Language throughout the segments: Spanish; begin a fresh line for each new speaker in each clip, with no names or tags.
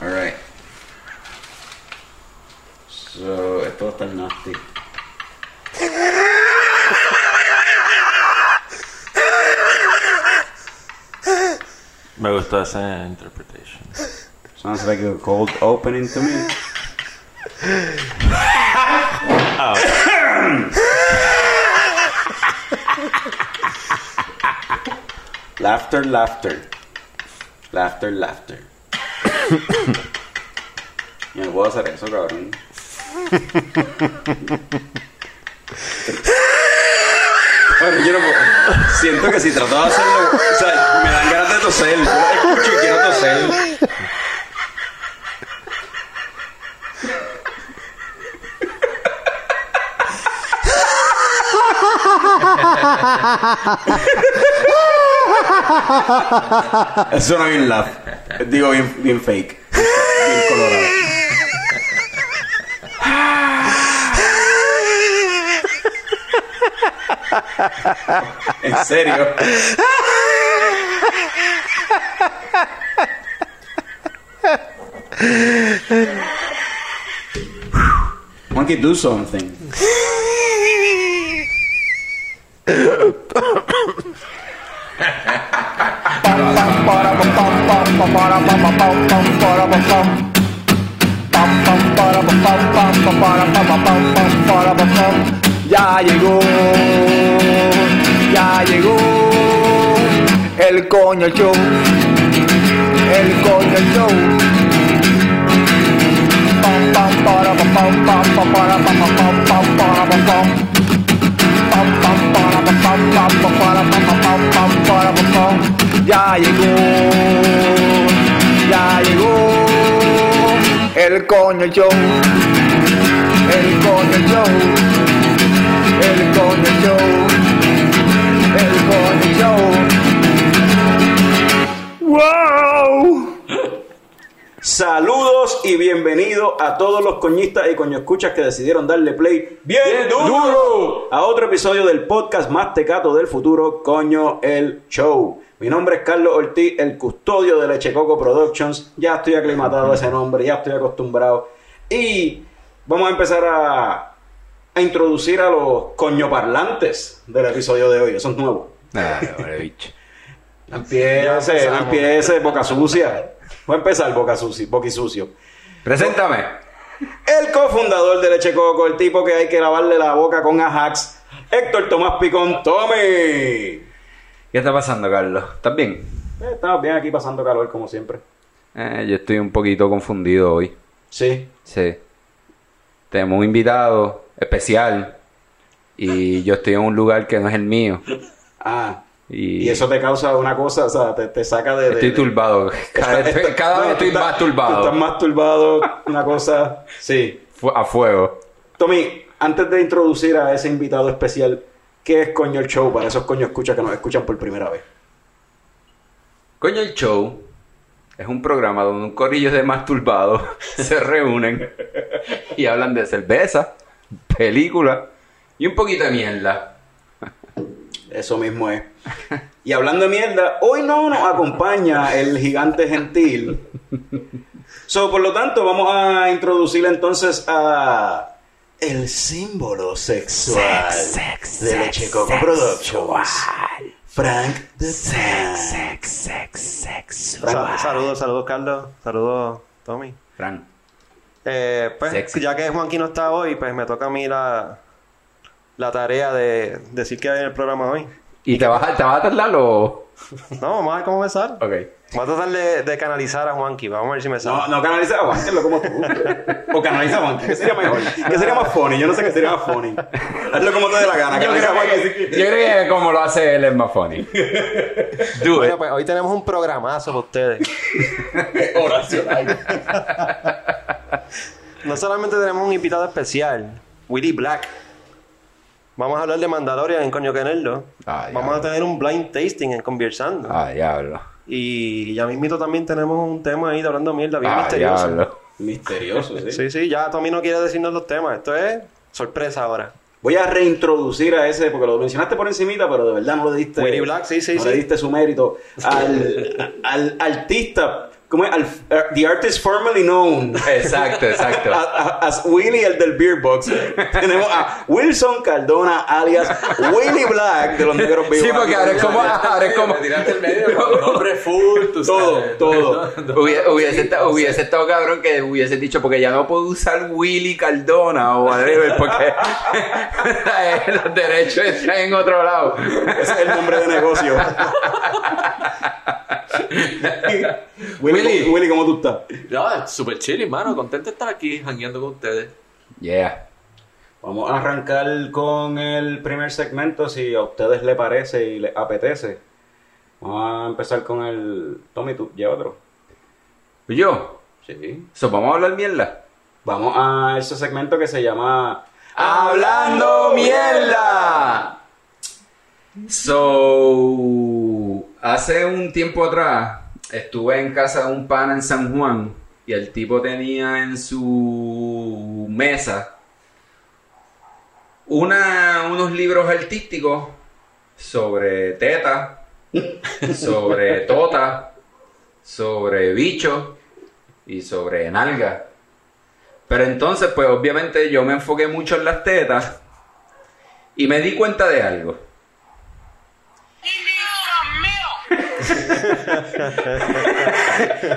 Alright. So, esto va a estar nasty.
Me gustó esa interpretation.
Sounds like a cold opening to me. laughter, laughter. Laughter, laughter. Yo no puedo hacer eso, cabrón. Bueno, yo no puedo. Siento que si trato de hacerlo, o sea, me dan ganas de toser. Yo lo escucho y quiero toser. Eso suena bien laugh. Digo, bien, bien fake. Bien colorado. En serio. Monkey, do something.
Ya llegó, ya llegó el coño show, el coño show. Pam, pam, para, pam, pam, pam, pam, para, pam, pam, pam, pam, para, pam, pam. Pam, pam, para, pam, pam, pam, pam, para, pam, pam, pam, pam, para, pam, pam. Ya llegó, ya llegó el coño show, el coño show, el coño show, el coño show. ¡Wow!
Saludos y bienvenidos a todos los coñistas y coñoescuchas que decidieron darle play bien, duro, a otro episodio del podcast más tecato del futuro, Coño el Show. Mi nombre es Carlos Ortiz, el custodio de Lechecoco Productions. Ya estoy aclimatado a ese nombre, ya estoy acostumbrado. Y vamos a empezar a, a introducir a los coñoparlantes del episodio de hoy. Eso es nuevo.
Ah, vale, bicho.
No Empiece, no empiece, boca sucia. Voy a empezar, boca sucia, boqui sucio.
Preséntame.
El cofundador de Leche Coco, el tipo que hay que lavarle la boca con Ajax, Héctor Tomás Picón Tommy. Eh,
¿Qué está pasando, Carlos? ¿Estás bien?
Estamos bien aquí pasando calor, como siempre.
Eh, yo estoy un poquito confundido hoy.
Sí.
Sí. Tenemos un invitado especial y yo estoy en un lugar que no es el mío.
Ah.
Y,
Y eso te causa una cosa, o sea, te, te saca de. de-
estoy
de-
turbado. Cada,
Esta- esta-
cada
no,
vez
tú
estoy
estás-
más turbado.
Tú estás más turbado, una cosa. Sí.
Fu- A fuego.
Tommy, antes de introducir a ese invitado especial, ¿qué es coño el show para esos coño escuchas que nos escuchan por primera vez?
Coño, el show es un programa donde un corrillo de masturbados se reúnen y hablan de cerveza, película y un poquito de mierda.
Eso mismo es. Y hablando de mierda, hoy no nos acompaña el gigante gentil. So, por lo tanto, vamos a introducir entonces a el símbolo sexual de Leche Coco Productions. Frank the Tank.
Sa-
Frank.
saludos, saludos, Carlos. Saludos, Tommy.
Fran,
Eh, pues,
Sexy.
ya que Juanqui no está hoy, pues me toca a mí la, la tarea de decir que hay en el programa hoy.
¿y te vas, a- te vas a tardar o...?
No, vamos a ver cómo me sale.
Ok.
Voy a tratar de, de canalizar a Juanqui. Vamos a ver si me sale.
No, no canaliza
Oh,
a Juan, que lo como tú. O canaliza a Juan, que sería mejor. Que sería más funny. Yo no sé qué sería más funny. Hazlo como te dé la gana. Canaliza a Juan.
Yo creo que como lo hace él es más funny. Do it.
Bueno, pues hoy tenemos un programazo para ustedes. No solamente tenemos un invitado especial, Willy Black. Vamos a hablar de Mandalorian en Coño Canelo.
Ah, ya.
Vamos a tener un blind tasting en Conversando.
Ah, diablo.
Y ya mismito también tenemos un tema ahí de hablando mierda, bien
Ah,
misterioso.
diablo.
Misterioso,
Sí, sí, ya Tommy no quiere decirnos los temas. Esto es sorpresa ahora.
Voy a reintroducir a ese, porque lo mencionaste por encimita, pero de verdad no le diste.
Willy Black, sí, sí,
no le
sí.
diste su mérito al, al artista ¿Cómo es? Al- eh, the artist formerly known.
Exacto, exacto.
A- a- As Willy, el del Beer Box. Tenemos a Wilson Cardona, alias Willy Black, de los negros vivos.
Sí, porque ahora es como. Ahora es Ah, como
Me tiraste el medio, con nombre full, tú
Todo,
sabes.
todo.
Hubiese, hubiese, esta- hubiese estado cabrón que hubiese dicho porque ya no puedo usar Willy Cardona o whatever porque los derechos están en otro lado.
Ese es el nombre de negocio. Willy,
Willy.
¿cómo- Willy, ¿cómo tú estás?
No, super chili, mano. Contento de estar aquí jangueando con ustedes.
Yeah.
Vamos a arrancar con el primer segmento, si a ustedes le parece y les apetece. Vamos a empezar con el... Tommy, tú, lleva otro.
¿Y yo?
Sí.
So, vamos a hablar mierda.
Vamos a ese segmento que se llama...
¡Hablando mierda! So, hace un tiempo atrás estuve en casa de un pana en San Juan y el tipo tenía en su mesa una, unos libros artísticos sobre teta, sobre tota, sobre bicho y sobre nalga. Pero entonces, pues obviamente yo me enfoqué mucho en las tetas y me di cuenta de algo.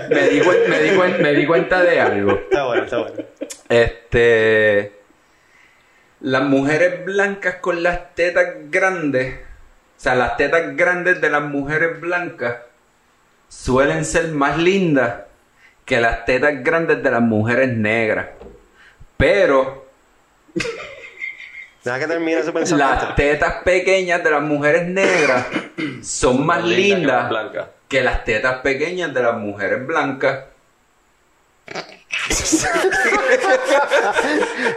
me, di, cuen- me, di cuen- me di cuenta de algo.
Está bueno, está bueno.
Este. Las mujeres blancas con las tetas grandes, o sea, las tetas grandes de las mujeres blancas suelen ser más lindas que las tetas grandes de las mujeres negras. Pero
Deja que termine su pensamiento.
las tetas pequeñas de las mujeres negras son más lindas
Blanca.
que las tetas pequeñas de las mujeres blancas.
Este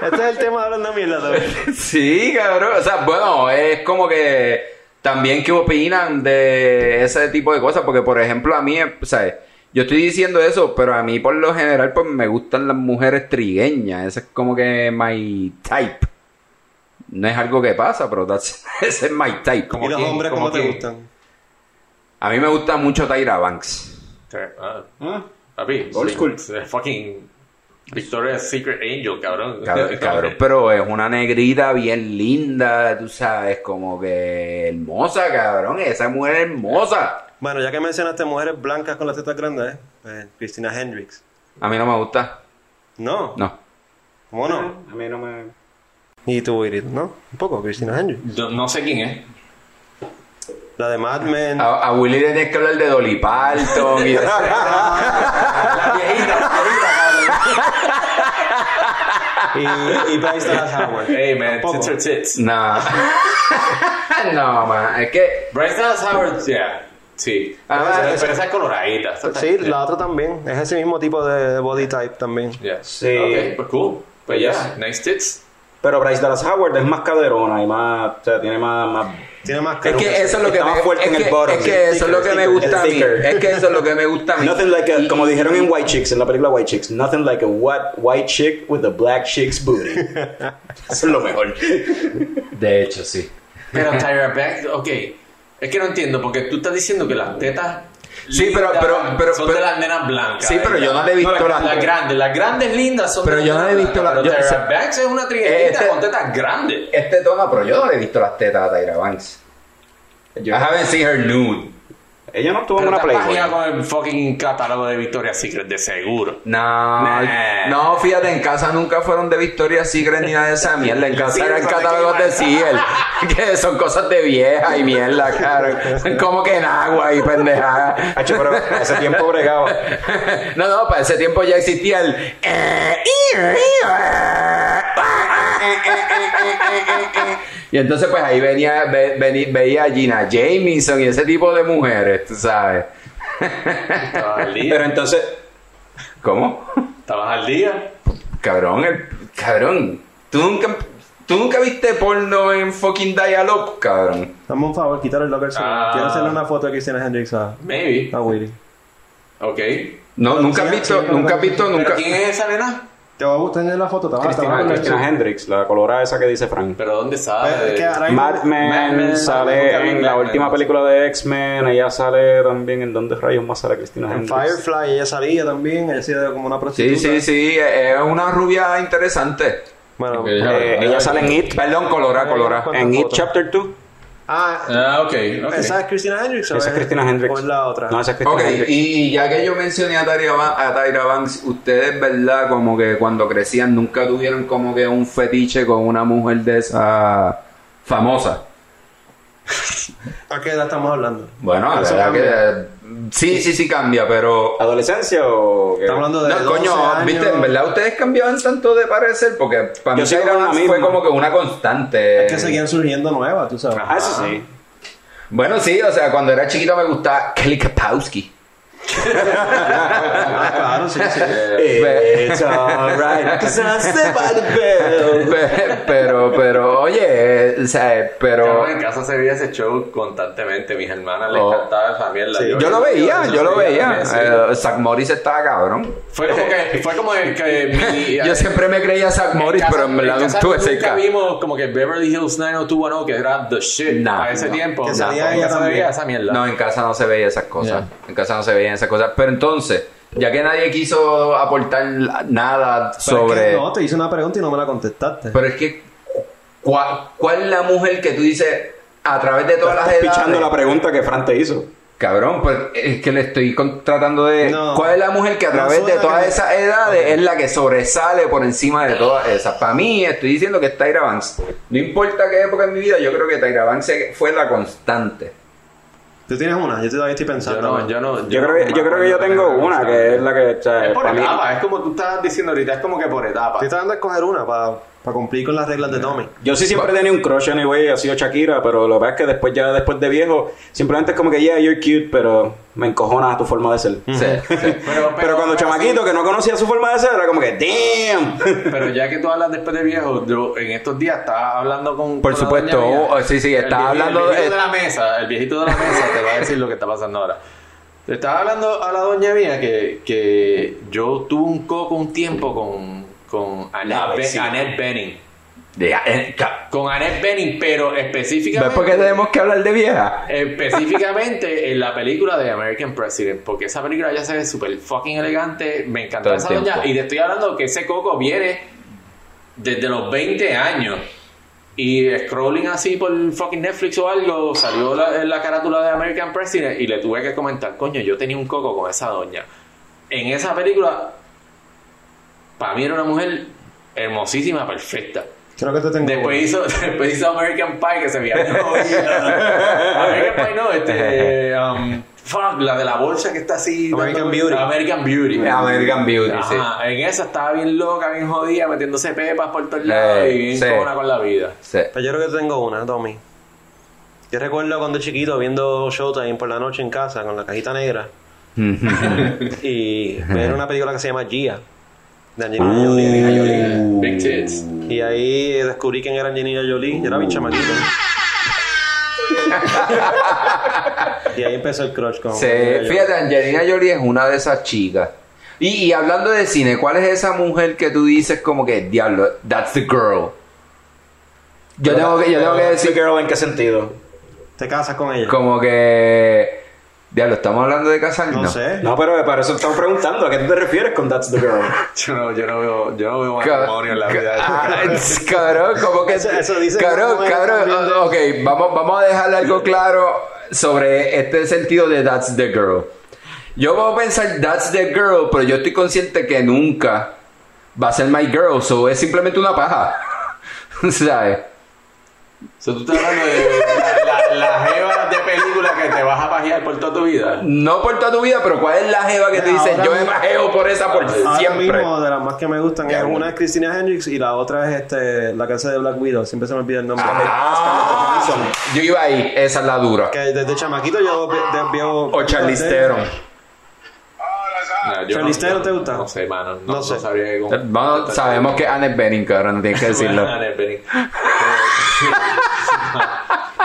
es el tema de hablando mierda también.
Sí, cabrón. O sea, bueno, es como que también qué opinan de ese tipo de cosas. Porque, por ejemplo, a mí, eh, o sea, yo estoy diciendo eso, pero a mí por lo general pues me gustan las mujeres trigueñas. Ese es como que my type. No es algo que pasa, pero that's- ese es my type.
¿Y los
quién?
hombres cómo te
quién?
gustan?
A mí me gusta mucho Tyra Banks.
Ah,
Ah,
papi.
Old
sí,
school.
es Fucking Victoria's Secret Angel, cabrón.
Cabrón, cabrón, pero es una negrita bien linda, tú sabes, como que hermosa, cabrón. Esa mujer es hermosa.
Bueno, ya que mencionaste mujeres blancas con las tetas grandes, ¿eh? Pues, Christina Hendricks.
A mí no me gusta.
No,
No.
¿cómo no?
Ah, A mí no me...
Y tú, Iris, ¿no? Un poco, Christina Hendricks.
No, no sé quién es.
La de Mad Men.
A, a Willy le tienes que hablar de Dolly Parton y de
Y, y Bryce Dallas Howard.
Hey, man.
Tampoco.
Tits or tits.
No. no, man. Es que.
Bryce Dallas Howard, yeah. Sí.
Ah,
Pero esa-
esa-
pero esa es coloradita. esa está-
Sí, la otra también. Es ese mismo tipo de body type también.
Yeah.
Sí.
Ok, pues cool. Pues yeah, nice tits.
Pero Bryce Dallas Howard es más caderona y más... O sea, tiene más... más...
Tiene más
Es
cara.
que eso es lo que
Estaba
me,
fuerte
es
en el
que-
bottom.
es que eso es lo que me gusta a mí.
Sticker.
Es que eso es lo que me gusta a mí.
Nothing like a, como dijeron en White Chicks, en la película White Chicks, nothing like a white, white chick with a black chick's booty. Eso es lo mejor.
De hecho, sí.
Pero Tyra Banks, ok. Es que no entiendo, porque tú estás diciendo que las tetas.
Sí, pero-
lindas
pero- pero-
son
pero-
de las nenas blancas.
Sí, pero yo no le he visto
las.
las-
Las grandes, las grandes lindas son.
Pero
de
yo
las
no le he
nenas
visto
blancas,
las-
pero
yo-
Tyra Banks es una trigueñita
Este-
con tetas grandes.
Este toma, pero yo no le he visto las tetas a Tyra Banks. I haven't seen her nude.
Ella no tuvo
Pero
una
estás
Playboy.
pajeado con el fucking catálogo de Victoria's Secret, de seguro.
No,
Nah.
no, fíjate, en casa nunca fueron de Victoria's Secret ni nada de esa mierda. En casa
Sí,
eran
pero
catálogos
qué
de Siegel, que son cosas de vieja y mierda, claro. Son Como que en agua y pendejada.
Hacho, pero hace tiempo bregaba.
No, no, para ese tiempo ya existía el. eh, ah, eh, Y entonces, pues ahí venía, ve- veni- veía a Gina Jameson y ese tipo de mujeres, tú sabes.
Estabas al
Pero
día.
entonces,
¿Cómo?
Estabas al día.
Cabrón, el, cabrón. ¿tú nunca, tú nunca viste porno en fucking Dialog, cabrón.
Dame un favor, quitar el locker. celular.
Ah.
Quiero hacerle una foto de Christina Hendricks a,
Maybe.
a Willy.
Ok.
No, nunca has
sí,
visto,
sí,
nunca
sí.
has visto,
¿Pero
nunca.
quién es esa nena?
Te va a gustar en la foto, te va a te va a
Cristina,
poner
Cristina Hendrix, la colorada esa que dice Frank.
Pero ¿dónde sabe?
Eh, que ahora-
Mad Men
Mad Men,
sale
Mad Men,
en la
Mad Men.
última película de X-Men. Ella sale también en donde rayos más sale Cristina
En
Hendrix.
Firefly ella salía también, ella salía como una prostituta.
Sí, sí, sí, eh, es una rubia interesante.
Bueno,
Ok.
Eh, ella sale en It.
Perdón, colorá, colorá.
En It Chapter 2.
ah,
Ah, ok. ok.
¿esa es Christina Hendricks o
Esa es Cristina Hendrix.
o es la otra?
No, esa es Cristina
Ok,
Hendrix.
y ya que yo mencioné a Tyra, Ban- a Tyra Banks, ustedes, ¿verdad? Como que cuando crecían nunca tuvieron como que un fetiche con una mujer de esa famosa.
¿A qué edad estamos hablando?
Bueno, la
Eso
verdad que...
cambia.
eh, Sí, sí, sí cambia, pero...
¿Adolescencia o qué?
Estamos hablando de
No,
12
coño,
años.
viste, en verdad ustedes cambiaban tanto de parecer porque para
Yo
mí
sigo
Tyra
con la
Banks
misma.
fue como que una constante.
Que seguían surgiendo nuevas, tú sabes.
Ah, eso sí.
Bueno, sí, o sea, cuando era chiquito me gustaba Kelly Kapowski.
Ah, claro, sí, sí.
Eh,
It's
pues.
alright, 'cause I step by the bell.
Pe- Pues, pero, pero, oye, eh, o sea, pero...
Cabrón, en casa se veía ese show constantemente. Mis hermanas les
Oh.
cantaba esa mierda.
Sí,
Yo lo veía, yo lo veía.
sí.
Eh, Zach Morris estaba cabrón.
Fue como que, fue como que, que mi- eh,
Yo siempre me creía a Zach Morris,
casa-
pero en verdad
casa
estuve
nunca
cerca.
vimos como que Beverly Hills 90210 que era the shit
Nah,
a ese
no.
tiempo.
Que
Nah,
salía
como
ella
que se
también.
veía esa mierda.
No, en casa no se veía esas cosas. En casa no se veían esas cosas. Pero entonces, ya que nadie quiso aportar nada
Pero es que
sobre.
no, te hice una pregunta y no me la contestaste.
Pero es que, ¿cuál, cuál es la mujer que tú dices a través de todas las
Estás pichando
edades?
la pregunta que Fran te hizo.
Cabrón, pues es que le estoy con- tratando de.
No.
¿Cuál es la mujer que a
No
través
suena
de todas
que-
esas edades es la que sobresale por encima de todas esas? Para mí, estoy diciendo que es Tyra Banks. No importa qué época en mi vida, yo creo que Tyra Banks fue la constante.
Tú tienes una, yo todavía estoy
yo
pensando.
no, yo no.
Yo, creo, que, yo creo que yo tengo una que es la que. o sea,
Eh,
Es por
para mí-
etapa, es como tú estabas diciendo ahorita, es como que por etapa.
Estoy tratando de escoger una para cumplir con las reglas de Tommy.
Yo sí siempre tenía un crush anyway, ha sido Shakira, pero lo que pasa es que después ya después de viejo, simplemente es como que yeah, you're cute, pero me encojona tu forma de ser.
Sí, sí.
Pero, cuando chamaquito que no conocía su forma de ser, era como que damn.
Pero ya que tú hablas después de viejo, yo en estos días estaba hablando con. con
Por
la
supuesto,
doña mía.
oh, sí, sí,
El
estaba
vieji-
hablando
El viejito
de-
de la mesa, el viejito de la mesa te va a decir lo que está pasando ahora. Le estaba hablando a la doña mía que, que yo tuve un coco un tiempo con, con Annette, Be- Annette Bening.
De- eh, ca-
Con Annette Bening, pero
¿Ves
específicamente.
por qué tenemos que hablar de vieja?
Específicamente en la película de American President, porque esa película ya se ve súper fucking elegante, me encantó
Todo el
esa doña,
tiempo.
y te estoy hablando que ese coco viene desde los 20 años. Y scrolling así por fucking Netflix o algo, salió la, la carátula de American President y le tuve que comentar, coño, yo tenía un coco con esa doña. En esa película, para mí era una mujer hermosísima, perfecta.
Creo que te tengo
Después hizo, después hizo American Pie que se veía bien jodida. American Pie no, este. um, fuck, la de la bolsa que está así.
American Beauty.
American Beauty.
American Beauty, sí.
Ajá, En esa estaba bien loca, bien jodida, metiéndose pepas por todos lados
Eh,
y bien
sí.
cona con la vida.
Sí.
Pues yo creo que tengo una, Tommy. Yo recuerdo cuando chiquito viendo Showtime por la noche en casa con la cajita negra y ver una película que se llama Gia de Angelina Jolie. Angelina Jolie.
Big tits.
Y ahí descubrí quién era Angelina Jolie. Yo era bien chamaquito. y ahí empezó el crush con
Sí,
Angelina Jolie.
fíjate, Angelina Jolie es una de esas chicas. Y, y hablando de cine, ¿cuál es esa mujer que tú dices como que, diablo, that's the girl? Yo tengo que, yo tengo que
Sí,
decir
girl, ¿en qué sentido?
Te casas con ella.
como que, diablo, ¿estamos hablando de casarnos?
No, sé.
No, pero para eso estamos preguntando, ¿a qué tú te refieres con that's the girl?
Yo no, yo no veo, yo no veo
Ca-
matrimonio en la
ca-
vida.
Ah, Cabrón, como que.
Eso- eso dice
cabrón,
que no
cabrón.
también de-
ah, Ok, vamos, vamos a dejarle algo claro sobre este sentido de That's the Girl. Yo voy a pensar That's the Girl, pero yo estoy consciente que nunca va a ser My Girl, so es simplemente una paja. ¿Sabes?
So, tú estás hablando de la, la, la jeva de película que te vas a pajear por toda tu vida.
No por toda tu vida, pero ¿cuál es la jeva que te
Ahora
dice yo me
mismo-
pajeo por esa por
Ahora
siempre?
mismo de las más que me gustan es una es Christina Hendricks y la otra es este la casa de Black Widow. Siempre se me olvida el nombre.
Ah, yo iba ahí, esa es la dura.
Que desde chamaquito yo desvío.
O Charlize Theron.
No, Ah, yo
Charlize Theron, ¿te gusta?
No sé, mano. No,
No
no
sé.
sabría que cómo-
Vamos, sabemos que Anne Benning, cabrón, no tienes que decirlo.
Bueno, dale, vení. Eh,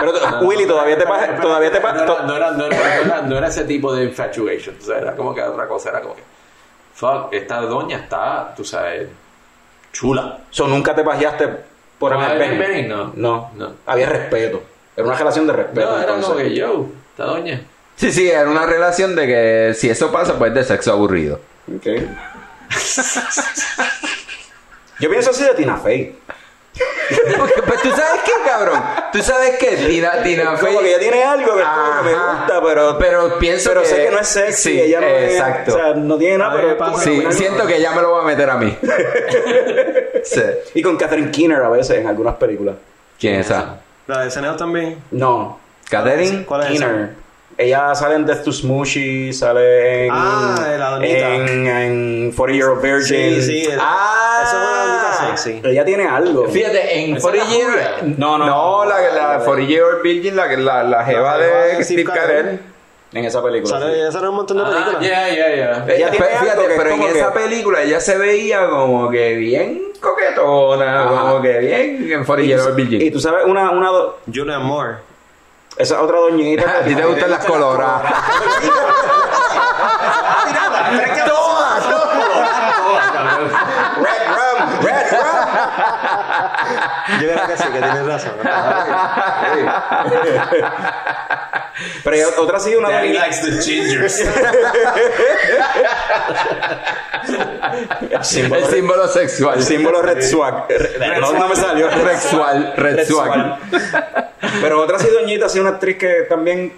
Pero Willy, todavía te pasa, todavía te
no,
pasa.
era, no, era, no, era, no era- no era ese tipo de infatuation, o sea, era como que otra cosa, era como que, fuck, esta doña está, tú sabes, chula.
So, nunca te pajeaste
¿Por
por Ernest
Ernest Bening?
Bening?
No.
no.
No.
Había respeto. Era una relación de respeto.
no, era como
entonces.
que yo, esta doña.
Sí, sí, era una relación de que si eso pasa, pues es de sexo aburrido. Eh,
Ok. Yo pienso así de Tina Fey.
Porque, pues tú sabes qué, cabrón. Tú sabes qué, Tina, Tina
Como que
Fey.
ella tiene algo que, es como que me
Ajá.
gusta, pero,
Pero pienso
pero
que.
sé que no es sexy.
Sí,
ella no es-
exacto.
o sea, no tiene nada,
A ver,
pero es como
pasa.
que
sí,
buena-
siento que ella me lo va a meter a mí. Sí.
Y con Catherine Keener a veces en algunas películas.
¿Quién es esa?
La de Seneo también.
No.
¿Catherine?
¿Cuál es esa?
Keener. Ella sale en Death to Smushy, sale en.
Ah, de la donita.
En, en 40 Year Old Virgin.
Sí, sí. es-
Ah.
Esa es una bonita sexy.
Ella tiene algo.
Fíjate,
¿Esa
en
es la
40 Year.
Julia?
No, no.
No, la, la 40 Year Virgin, la, la, la jeva
La jeva de
de
Steve
Steve Carell.
En esa película. sí.
Sale, sale un montón de
Ah,
películas.
ya, ya, ya.
Ella
Ella-
tiene
Eh, fíjate,
algo que es
pero en
como
esa
que-
película ella se veía como que bien coquetona,
Ajá.
como que bien en
Y
Forillero
tú-
Virgin.
Y tú sabes, una, una, do-
Julian Moore.
esa otra doñita.
A ti te gustan las coloradas. Toma, toma.
Red Rum, Red Rum.
Yo creo que sí, que tienes razón.
Pero ella- otra sí, una
Daddy
doñita.
likes the gingers.
El símbolo,
El símbolo sexual.
el símbolo Red Swag. No, no me salió.
Rexual,
Red
Rexual.
Swag. Pero otra sí, doñita, sí, una actriz que también.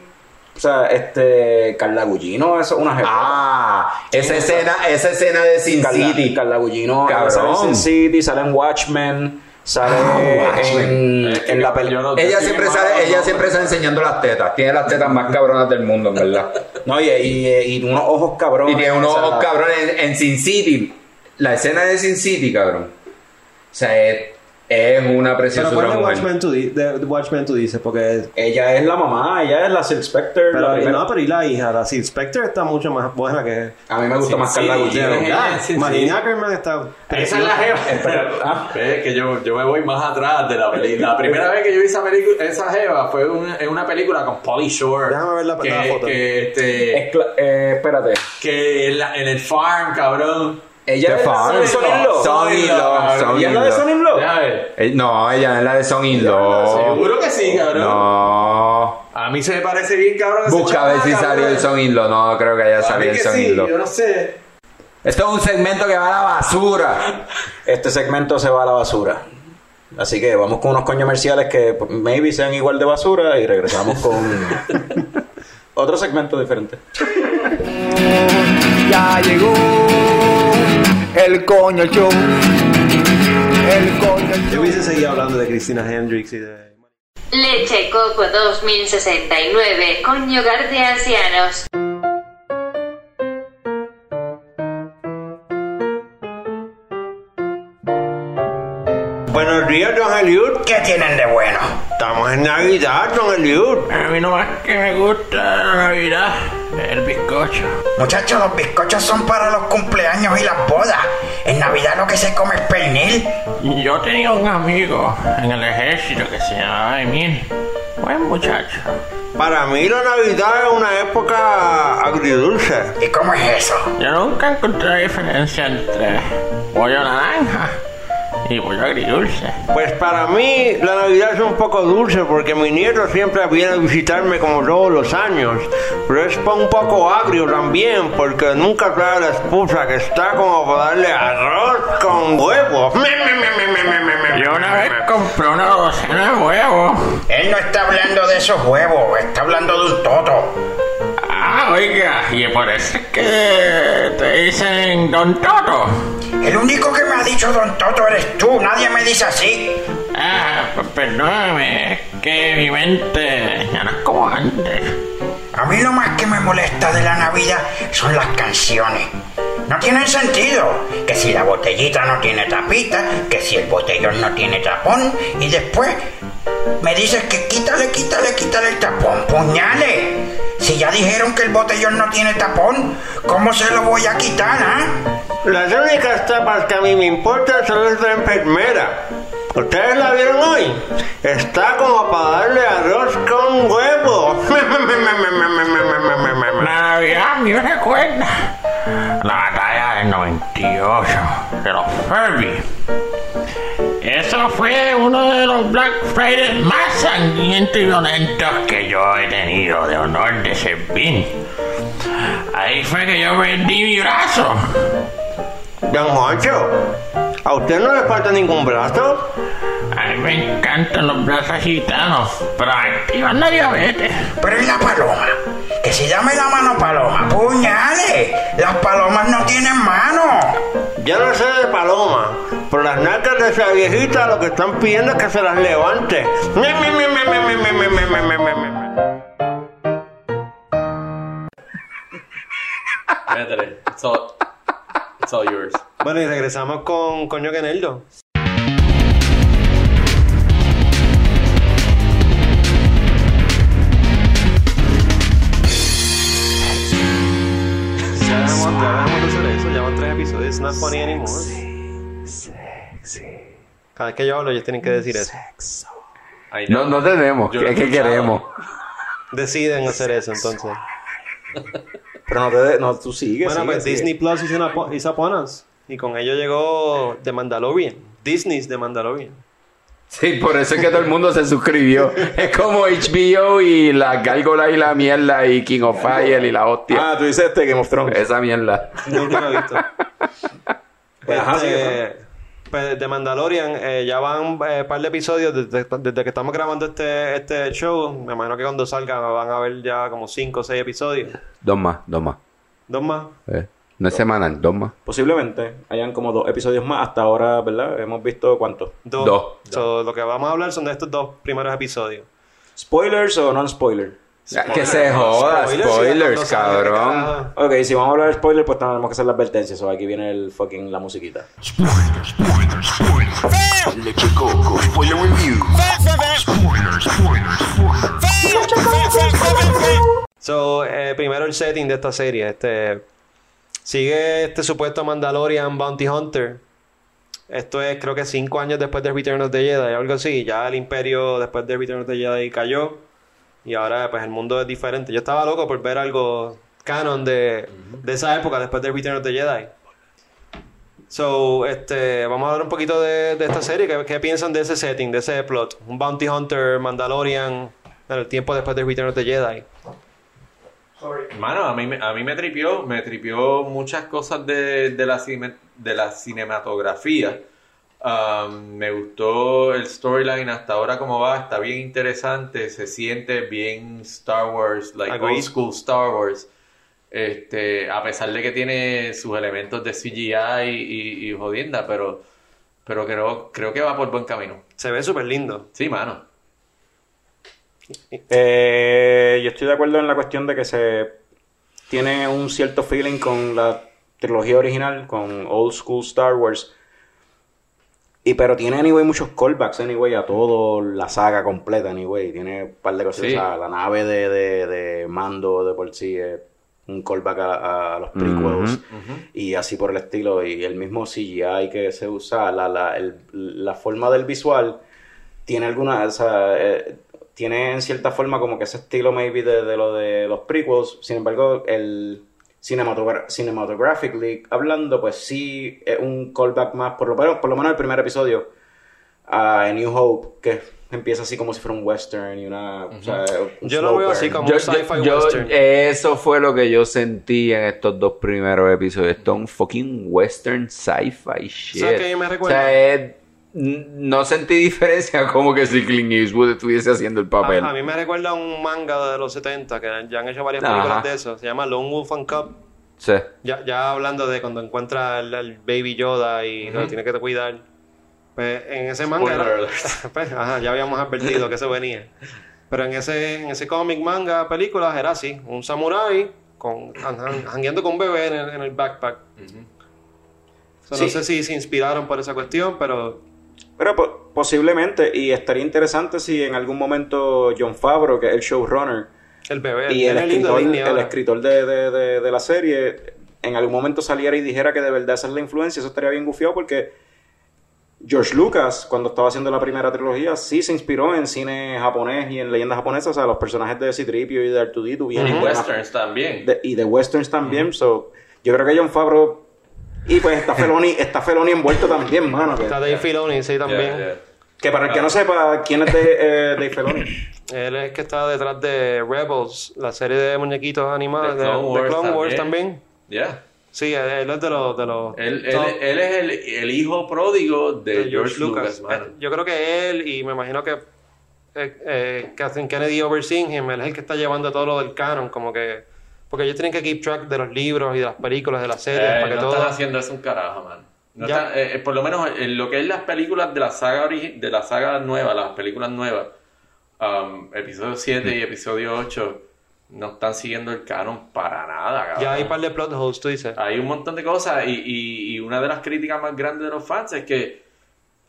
O sea, este. Carla Gugino, eso es una jefa.
Ah, esa escena, esa escena de Sin
Carla,
City.
Carla Gugino
Cabrón. Ah,
sale en Sin City, sale en Watchmen, sale en,
Es que
en la
cabrón, yo
película.
no-
Ella
Sí,
siempre
más
sale,
o
ella
menos.
siempre está enseñando las tetas. Tiene las tetas más cabronas del mundo, en verdad.
No, y, y- y unos ojos cabrones.
Y tiene unos
o sea,
ojos cabrones en, en Sin City. La escena de Sin City, cabrón. O sea, es, es una
Pero ¿cuál
preciosura
de
mujer.
Watchmen tú, di- de Watchmen tú dices? Porque...
Ella es la mamá, ella es la Spectre. la
Pero,
primera.
no, pero y la hija, la Sid Spectre está mucho más buena que...
A mí me gusta
Sí,
más
sí,
Carla Gugino.
tiene-
Ah,
sí, sí.
Marina Ackerman está...
Esa es la
ah,
jeva. Es que yo, yo me voy más atrás de la película. La primera vez que yo vi esa, pelicu- esa jeva fue una- en una película con Polly Shore.
Déjame ver la-
que,
la foto.
Que, este,
Es cla- eh, espérate.
que en, la- en el farm, cabrón.
The
Ella es la
Farm.
de Son in Law.
Son in Law, Son
Ella
in
es la de
Law.
Son in Law.
Ya ves.
Eh, No, ella no es la de Son in Law.
Seguro que sí, cabrón.
No.
A mí se me parece bien, cabrón. ese
Busca a ver si
chaval,
salió
cabrón.
el Son in Law. No, creo que haya
A mí
salido el
que
Son
sí,
in Law.
yo no sé.
Esto es un segmento que va a la basura.
Este segmento se va a la basura. Así que vamos con unos comerciales que maybe sean igual de basura y regresamos con otro segmento diferente.
Ya llegó el coño show. El coño
Yo hubiese seguido hablando de Christina Hendricks y de...
Leche Coco 2069, conyugar de ancianos.
Buenos días, don Eliud. ¿Qué tienen de bueno? Estamos en Navidad, don Eliud.
A mí nomás que me gusta la Navidad, el bizcocho.
Muchachos, los bizcochos son para los cumpleaños y las bodas. En Navidad lo que se come es pernil.
Yo tenía un amigo en el ejército que se llamaba Emil. Buen muchacho.
Para mí la Navidad es una época agridulce.
¿Y cómo es eso?
Yo nunca encontré diferencia entre pollo naranja y pollo agridulce.
Pues para mí la Navidad es un poco dulce porque mi nieto siempre viene a visitarme como todos los años. Pero es pa- un poco agrio también porque nunca trae la esposa que está como para darle arroz con huevo.
Yo una vez compré una docena de huevos.
Él no está hablando de esos huevos, está hablando de un toto.
Ah, oiga, y por eso es que te dicen Don Toto.
El único que me ha dicho don Toto eres tú, nadie me dice así.
Ah, pues perdóname, es que mi mente ya no es como antes.
A mí lo más que me molesta de la Navidad son las canciones. No tienen sentido. Que si la botellita no tiene tapita, que si el botellón no tiene tapón, y después me dices que quítale, quítale, quítale el tapón. ¡Puñales! Si ya dijeron que el botellón no tiene tapón, ¿cómo se lo voy a quitar, ah?
Las únicas tapas que a mí me importan son las de enfermera. ¿Ustedes la vieron hoy? Está como para darle arroz con huevo.
La Navidad me recuerda la batalla del 98 de los Furby. eso fue uno de los Black Fridays más sangrientos y violentos que yo he tenido de honor de servir. Ahí fue que yo vendí mi brazo.
Don Juancho, ¿a usted no le falta ningún brazo?
A mí me encantan los brazos gitanos, pero activan la diabetes.
Pero es la paloma. Que si dame la mano paloma, puñale. Las palomas no tienen mano.
Yo no sé de paloma, pero las nalgas de esa viejita lo que están pidiendo es que se las levante. Mi, mi, mi, mi, mi, mi, mi, mi, mi, mi, mi, mi, mi.
Métele. It's all, it's all yours.
Bueno, y regresamos con Coño Queneldo. Ya dejamos, ya dejamos de hacer eso, ya van tres episodios, it's not funny anymore. Cada vez que yo hablo, ellos tienen que decir eso.
Ay,
No, no tenemos.
Yo lo
¿Qué, qué
escuchaba.
queremos?
Deciden hacer eso, entonces.
Pero no, te de- no tú sigues.
Bueno,
sigue,
pues
sigue.
Disney Plus hizo una po- hizo Upon Us, Y con ello llegó The Mandalorian. Disney's The Mandalorian.
Sí, por eso es que todo el mundo se suscribió. Es como HBO y la gárgola y la mierda y King of Fire y la hostia.
Ah, tú dices este Game of Thrones.
Esa mierda.
Nunca lo he visto.
Pues, ajá,
Este,
sigue, Fran.
pues, de Mandalorian, eh, ya van eh, par de episodios desde, desde que estamos grabando este, este show. Me imagino que cuando salga van a ver ya como 5 o 6 episodios.
Dos más, dos más.
Dos más.
Eh, No es semanal, dos más.
Posiblemente hayan como dos episodios más hasta ahora, ¿verdad? Hemos visto cuántos.
Dos.
Dos.
So, lo que vamos a hablar son de estos dos primeros episodios.
¿Spoilers o non-spoiler?
Ah, Que se joda,
Spoilers,
spoilers,
sí, cuando salga,
cabrón.
carajo.
Ok, si vamos a hablar de spoiler, pues tenemos que hacer la advertencia. So, aquí viene el fucking la musiquita.
So, eh, primero el setting de esta serie. Este, sigue este supuesto Mandalorian Bounty Hunter. Esto es, creo que cinco años después de Return of the Jedi, algo así. Ya el imperio después de Return of the Jedi cayó. Y ahora, pues, el mundo es diferente. Yo estaba loco por ver algo canon de, de esa época, después de Return of the Jedi. So, este, vamos a hablar un poquito de, de esta serie. ¿Qué, qué piensan de ese setting, de ese plot? Un Bounty Hunter, Mandalorian, el tiempo después de Return of the Jedi.
Mano, a mí, me- a mí me tripió, me tripió muchas cosas de, de la, cine- de la cinematografía. Um, me gustó el storyline hasta ahora como va, está bien interesante, se siente bien Star Wars, like
Agreed.
old school Star Wars. Este, a pesar de que tiene sus elementos de CGI y, y- y jodienda, pero, pero creo, creo que va por buen camino.
Se ve súper lindo.
Sí, mano.
Eh, yo estoy de acuerdo en la cuestión de que se tiene un cierto feeling con la trilogía original, con Old School Star Wars. Y pero tiene anyway muchos callbacks anyway a toda la saga completa anyway. Tiene un par de cosas.
Sí.
O sea, la nave de, de- de mando de por sí es un callback a, a los prequels. Y así por el estilo. Y el mismo CGI que se usa, la, la, el- la forma del visual tiene alguna, o sea, eh, tiene en cierta forma como que ese estilo maybe de, de lo de los prequels, sin embargo, el cinematogra- cinematographically hablando, pues sí es un callback más, por lo, menos- por lo menos el primer episodio, a New Hope, que empieza así como si fuera un western y una... o sea, un
Yo lo
slow
veo
burn.
así como-
Yo-
un sci-fi
yo- yo-
western.
eso fue lo que yo sentí en estos dos primeros episodios. Esto es un fucking western sci-fi shit.
¿Sabes qué me recuerda?
Eh, O sea, es- n- no sentí diferencia como que si Clint Eastwood estuviese haciendo el papel.
A, a mí me recuerda a un manga de los 70 que ya han hecho varias
Ajá.
películas de eso. Se llama Lone Wolf and Cub.
Sí.
Ya, ya hablando de cuando encuentra al, al baby Yoda y lo tiene que cuidar. Pues en ese manga. era-
Spoiler
pues, ajá, ya habíamos advertido que eso venía. Pero en ese, en ese cómic, manga, películas era así: un samurái con, han- han- jangueando con un bebé en el, en el backpack. So, No
Sí.
sé si se inspiraron por esa cuestión, pero
Pero po- posiblemente, y estaría interesante si en algún momento John Favreau, que es el showrunner,
el bebé.
y el
nene lindo de
escritor,
Disney
el
ahora.
escritor de, de- de- de la serie en algún momento saliera y dijera que de verdad esa es la influencia, eso estaría bien gufiado porque George Lucas, cuando estaba haciendo la primera trilogía, sí se inspiró en cine japonés y en leyendas japonesas, o sea, los personajes de Citripio y de Artudito vienen
Y
de una-
westerns también.
de- y de westerns también, so, yo creo que John Favreau y pues está Feloni, está Feloni envuelto también, mano. que-
Está Dave Filoni, sí, también.
Yeah, Ah. yeah.
Que para el que no sepa, ¿quién es de, eh, Dave Filoni?
Él es el que está detrás de Rebels, la serie de muñequitos animados
The
Ah, de de
Clone
Clone,
Wars
Wars
también.
también.
Yeah.
Sí, él, él es de los... De los
Él, él-
top
él es el, el hijo pródigo de, George Lucas, mano.
Yo creo que él, y me imagino que eh, eh, Kathleen Kennedy overseeing him, él es el que está llevando todo lo del canon, como que... Porque ellos tienen que keep track de los libros y de las películas, de las series,
Eh,
para que
no
todo...
están haciendo eso un carajo, man. No
Ya.
están- eh, eh, por lo menos en lo que es las películas de la saga origi- de la saga nueva, las películas nuevas, um, episodio 7 y episodio 8, no están siguiendo el canon para nada, cabrón.
Ya hay un par de plot holes, tú dices.
Hay un montón de cosas y, y- y una de las críticas más grandes de los fans es que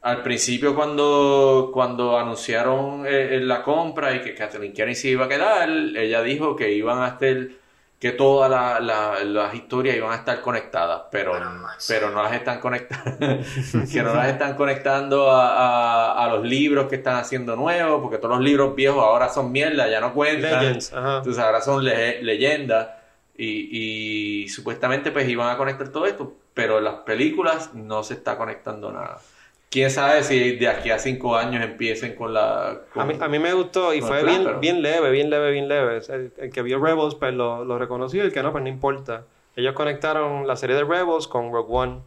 al principio cuando, cuando anunciaron eh, eh, la compra y que Kathleen Kennedy se iba a quedar, ella dijo que iban a estar, que todas la- la- las historias iban a estar conectadas, pero, pero no las están conectando, que no las están conectando a, a- a los libros que están haciendo nuevos, porque todos los libros viejos ahora son mierda, ya no cuentan.
Legends, ajá.
Entonces ahora son le- leyendas y, y supuestamente pues iban a conectar todo esto, pero en las películas no se está conectando nada. ¿Quién sabe si de aquí a cinco años empiecen con la... con-
A mí, a mí me gustó y
con
fue
el plan,
bien,
pero-
bien leve, bien leve, bien leve. O sea, El, el que vio Rebels pues lo, lo reconoció y el que no pues no importa. Ellos conectaron la serie de Rebels con Rogue One.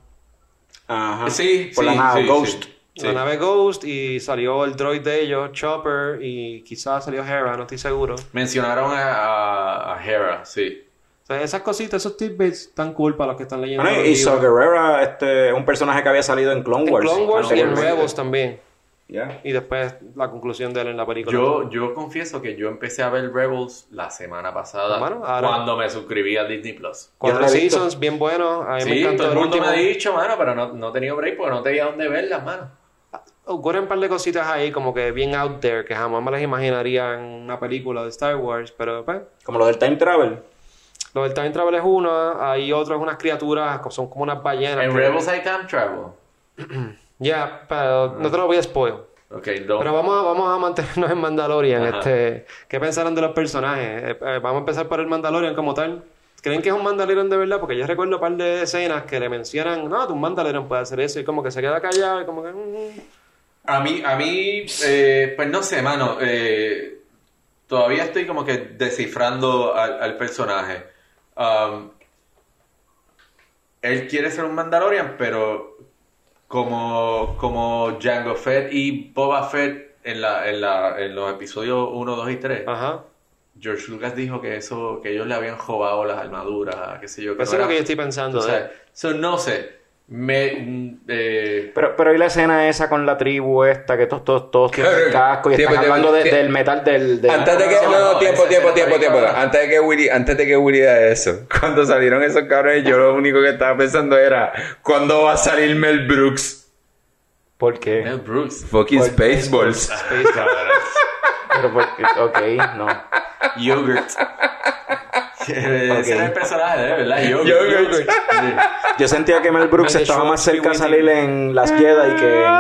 Ajá.
Sí,
Por
sí,
la nave
sí,
Ghost.
sí.
La nave Ghost y salió el droid de ellos, Chopper y quizás salió Hera, no estoy seguro.
Mencionaron a, a- a Hera, sí.
O sea, esas cositas, esos tidbits están cool para los que están leyendo.
Bueno,
los
y
libros.
Saw Gerrera este, es un personaje que había salido en Clone
En
Wars.
Clone
Ah,
Wars y en
anteriormente.
Rebels también.
Ya.
Y después la conclusión de él en la película.
Yo, yo confieso que yo empecé a ver Rebels la semana pasada
Bueno, Ah, ahora-
cuando me suscribí a Disney Plus.
Cuatro
yo la he visto.
seasons, bien bueno. A mí me
Sí,
encantó
todo el
el
mundo me ha
último.
dicho, mano, pero no, no he tenido break porque no tenía dónde verlas, mano.
ocurren un par de cositas ahí como que bien out there que jamás me las imaginaría en una película de Star Wars pero pues
Como lo del Time Travel.
lo del Time Travel es uno hay otros unas criaturas que son como unas ballenas
En
que-
Rebels I Time Travel.
ya pero no te lo voy a spoil
Ok, no.
pero vamos a, vamos a mantenernos en Mandalorian este ¿qué pensaron de los personajes? Eh, eh, vamos a empezar por el Mandalorian como tal ¿creen que es un Mandalorian de verdad? porque yo recuerdo un par de escenas que le mencionan no, tú un Mandalorian puede hacer eso y como que se queda callado y como que mm,
A mí, a mí eh, pues no sé, mano. eh, todavía estoy como que descifrando al, al personaje. Um, él quiere ser un Mandalorian, pero como, como Jango Fett y Boba Fett en, la, en, la, en los episodios 1, 2 y 3,
ajá
George Lucas dijo que eso que ellos le habían robado las armaduras, qué sé yo. Que no
eso es lo
era-
que yo estoy pensando
o
de él.
sea, so, no sé. Me, mm, eh,
Pero, pero y la escena esa con la tribu esta, que todos, todos, todos tienen
Claro.
casco y
Tiempo,
están
tiempo,
hablando de-
tiempo.
del metal del... del-
Antes de que, no, no,
No,
tiempo,
ese
tiempo,
es
tiempo,
el
tiempo.
problema.
Antes de que Willy, antes de que Willy haga eso. Cuando salieron esos cabrones, yo lo único que estaba pensando era, ¿cuándo va a salir Mel Brooks?
¿Por qué?
Mel Brooks.
Fucking Spaceballs.
Pero por qué- ok, no.
Yogurt. Ese
Ok.
era el personaje, ¿eh? ¿verdad? Yogurt.
Yogurt.
Sí.
Yo sentía que Mel Brooks
Mel de
estaba
Shock,
más cerca a
Free
salir en Las Jedi que en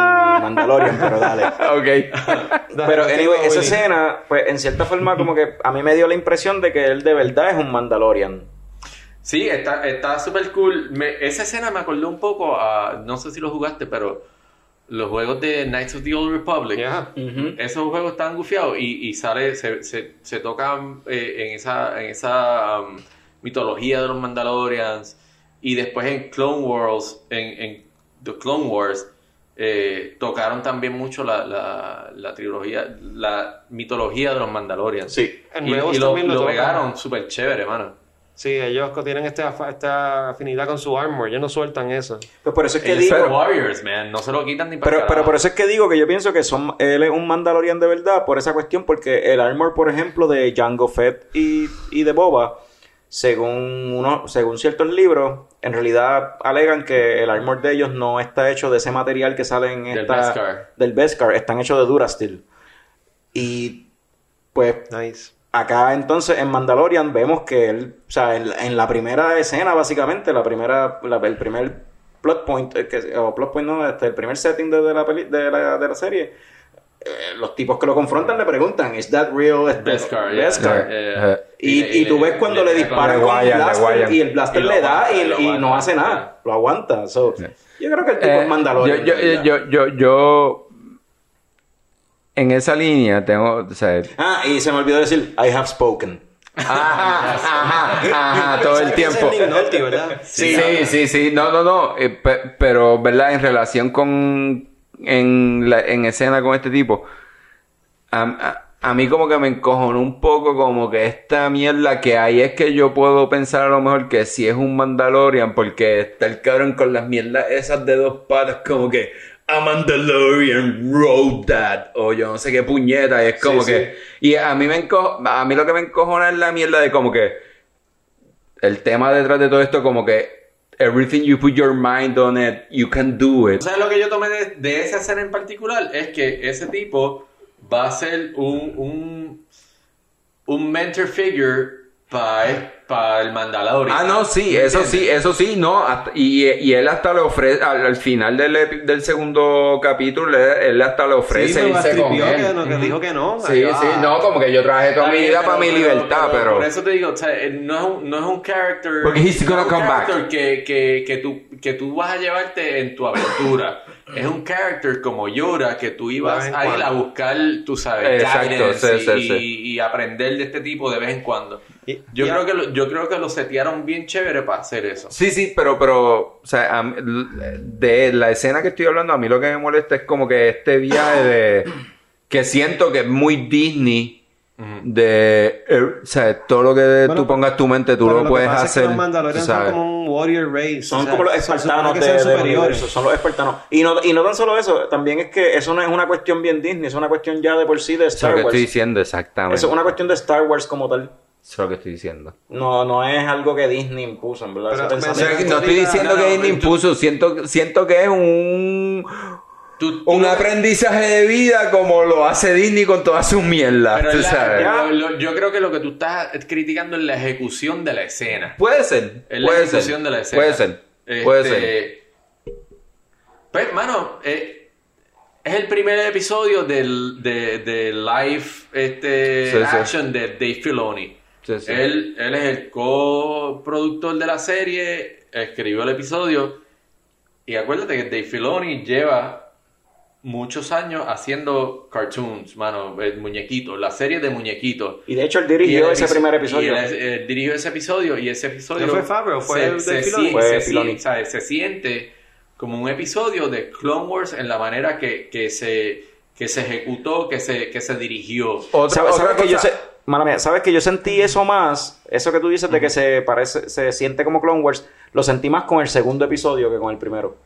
Mandalorian, pero dale.
ok.
Pero anyway,
Willy.
esa escena, pues en cierta forma como que a mí me dio la impresión de que él de verdad es un Mandalorian.
Sí, está está súper cool. Me- esa escena me acordó un poco a. No sé si lo jugaste, pero. Los juegos de Knights of the Old Republic.
Ya.
Esos juegos están gufiados y, y sale, se, se, se tocan eh, en esa, en esa um, mitología de los Mandalorians. Y después en Clone Wars, en, en The Clone Wars, eh, tocaron también mucho la, la, la trilogía, la mitología de los Mandalorians.
Sí.
En
Y,
Rebels
y lo,
también lo
lo
tocan.
pegaron súper chévere, mano.
Sí, ellos co- tienen este afa- esta afinidad con su armor, ellos no sueltan eso.
Pues por eso es que
Ellos
digo...
son Warriors, man. No se lo quitan ni para
Pero, pero
carajo.
por eso es que digo que yo pienso que son, él es un Mandalorian de verdad por esa cuestión, porque el armor, por ejemplo, de Jango Fett y, y de Boba, según, uno, según ciertos libros, en realidad alegan que el armor de ellos no está hecho de ese material que sale en
Del
esta...
Beskar.
Del Beskar, están hechos de Durasteel. Y pues
Nice.
acá entonces en Mandalorian vemos que él, o sea, en, la- en la primera escena básicamente, la primera, la- el primer plot point, eh, que- o plot point no, este, el primer setting de, de la, peli- de, la, de la serie, eh, los tipos que lo confrontan le preguntan, ¿Is that real? Este,
Beskar, yeah.
Beskar?"
Yeah.
Y, y tú ves cuando le, disparan
le
con el
guayan, le
blaster
guayan.
y el blaster
Y lo
le da
aguanta,
y,
lo
y no
aguanta,
hace nada,
yeah.
lo aguanta. So, Yo creo que el tipo
Eh,
es
Yo,
Mandalorian.
yo,
¿verdad?
yo, yo, yo- en esa línea tengo, o sea,
Ah, y se me olvidó decir, I have spoken.
Ah, ajá, ajá, ajá, todo el tiempo.
Ese es Lignotti, ¿verdad?
Sí, sí, sí, sí. no, no, no, eh, pe- pero, ¿verdad? En relación con, en, la- en escena con este tipo, a, a- a mí como que me encojonó un poco como que esta mierda que hay es que yo puedo pensar a lo mejor que si es un Mandalorian porque está el cabrón con las mierdas esas de dos patas como que a Mandalorian wrote that o yo no sé qué puñeta y es como
Sí,
que y a mí me enco- a mí lo que me encojona es la mierda de como que el tema detrás de todo esto como que everything you put your mind on it you can do it
¿Sabes lo que yo tomé de, de esa escena en particular? Es que ese tipo va a ser un, un, un mentor figure para el Mandalorian.
Ah, no, sí, eso sí, eso sí, no. hasta- y, y él hasta le ofrece, al, al final del, epi- del segundo capítulo, él, él hasta le
Sí,
ofrece
me
irse con
bastripió que,
él.
no- que dijo que no.
Sí,
Ah,
sí, no, como que yo traje toda
Está
mi
bien,
vida
pero-
para mi
pero-
libertad, pero...
Por eso te digo, o sea, eh, no es un, no es un character.
Porque he's gonna
no es un
come back.
character Que, que, que, tú, que tú vas a llevarte en tu aventura. es un character como Yora que tú ibas
De vez en
a ir
cuando.
a buscar, tú sabes,
Exacto,
guidance
sí,
y,
sí, sí.
y- y aprender de este tipo de vez en cuando.
Y-
Yo,
y-
creo que lo, yo creo que lo setearon bien chévere para hacer eso.
Sí, sí, pero, pero, o sea, a mí- l- de la escena que estoy hablando, a mí lo que me molesta es como que este viaje de, que siento que es muy Disney, de, eh, o sea, todo lo que tú pongas tu mente, tú
pero
lo,
que
puedes
pasa es que
hacer.
los Mandalorians
tú
son
sabes.
como un warrior race.
Son
o sea,
como los
se supone
espartanos
que
de,
son
del
superiores.
universo, son los espartanos. Y no, y no tan solo eso, también es que eso no es una cuestión bien Disney, es una cuestión ya de por sí de
Eso es
Star
lo que
Wars.
estoy diciendo, exactamente.
Eso es una cuestión de Star Wars como tal.
Eso es lo que estoy diciendo.
No, no es algo que Disney impuso, en verdad.
Pero-
Ese
pero-
O sea,
pensamiento-
que no estoy diciendo
No, no,
que es un
tú-
impulso, siento, siento que es un,
Tú- tú-
un aprendizaje de vida como lo hace Disney con todas sus mierdas,
pero
tú
es la-
sabes.
lo- lo- yo creo que lo que tú estás criticando es la ejecución de la escena.
Puede ser,
Es la
puede
ejecución
ser,
de la escena.
puede ser,
Este,
puede ser.
Pues, mano, eh, es el primer episodio del, de, de live este,
Sí, sí.
action de Dave Filoni.
Sí, sí.
Él, él es el coproductor de la serie, escribió el episodio. Y acuérdate que Dave Filoni lleva muchos años haciendo cartoons, mano, eh, muñequitos, la serie de muñequitos.
Y de hecho él
Y
dirigió
el
ese
episo-
primer
y
episodio.
el- eh, dirigió ese episodio y ese episodio.
¿No fue Favreau? ¿Fue
se, se
de Filoni?
si-
Fue
se
de
si-
Filoni.
sabe, se siente como un episodio de Clone Wars en la manera que, que se, que se ejecutó, que se, que se dirigió.
Otra,
¿Sabes,
otra
sabes que yo
cosa-
sé, mala mía, sabes que yo sentí eso más, eso que tú dices de que se parece, se siente como Clone Wars, lo sentí más con el segundo episodio que con el primero.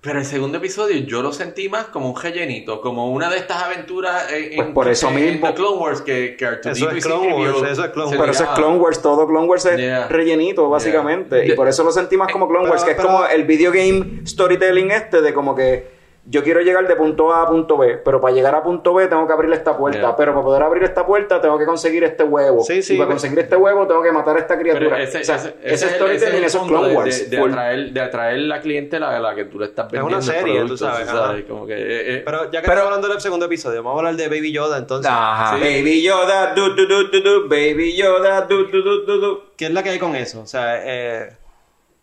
Pero el segundo episodio yo lo sentí más como un rellenito, como una de estas aventuras en,
Pues por eso
en-
mismo.
en The Clone Wars que, que R2D2
Eso es
y
Clone
C-3PO
Wars, eso es Clone
se
Wars.
Pero eso es
tiraban.
Clone Wars, todo Clone Wars es
Yeah.
rellenito, básicamente. Y
Yeah.
por eso lo sentí más como Clone
Pero-
Wars, que es
pero-
como el video game storytelling este de como que yo quiero llegar de punto A a punto B, pero para llegar a punto B tengo que abrir esta puerta,
Yeah.
pero para poder abrir esta puerta tengo que conseguir este huevo.
Sí, sí,
y para
pero-
conseguir este huevo tengo que matar a esta criatura.
Pero ese,
o sea,
ese-
ese,
ese es el- ese es
storytelling,
el
eso es
fondo
Clone
de-
Wars.
De, de
full.
atraer, de atraer la clientela a la que tú le estás
Es
vendiendo.
una serie,
el producto,
tú sabes, ajá.
Como que, eh, eh,
Pero ya que
Pero-
estamos hablando del segundo episodio, vamos a hablar de Baby Yoda entonces.
Ajá.
Baby Yoda, du, du, du, du, du, baby Yoda, du, du, du, du, du.
¿Qué es la que hay con eso? O sea, eh,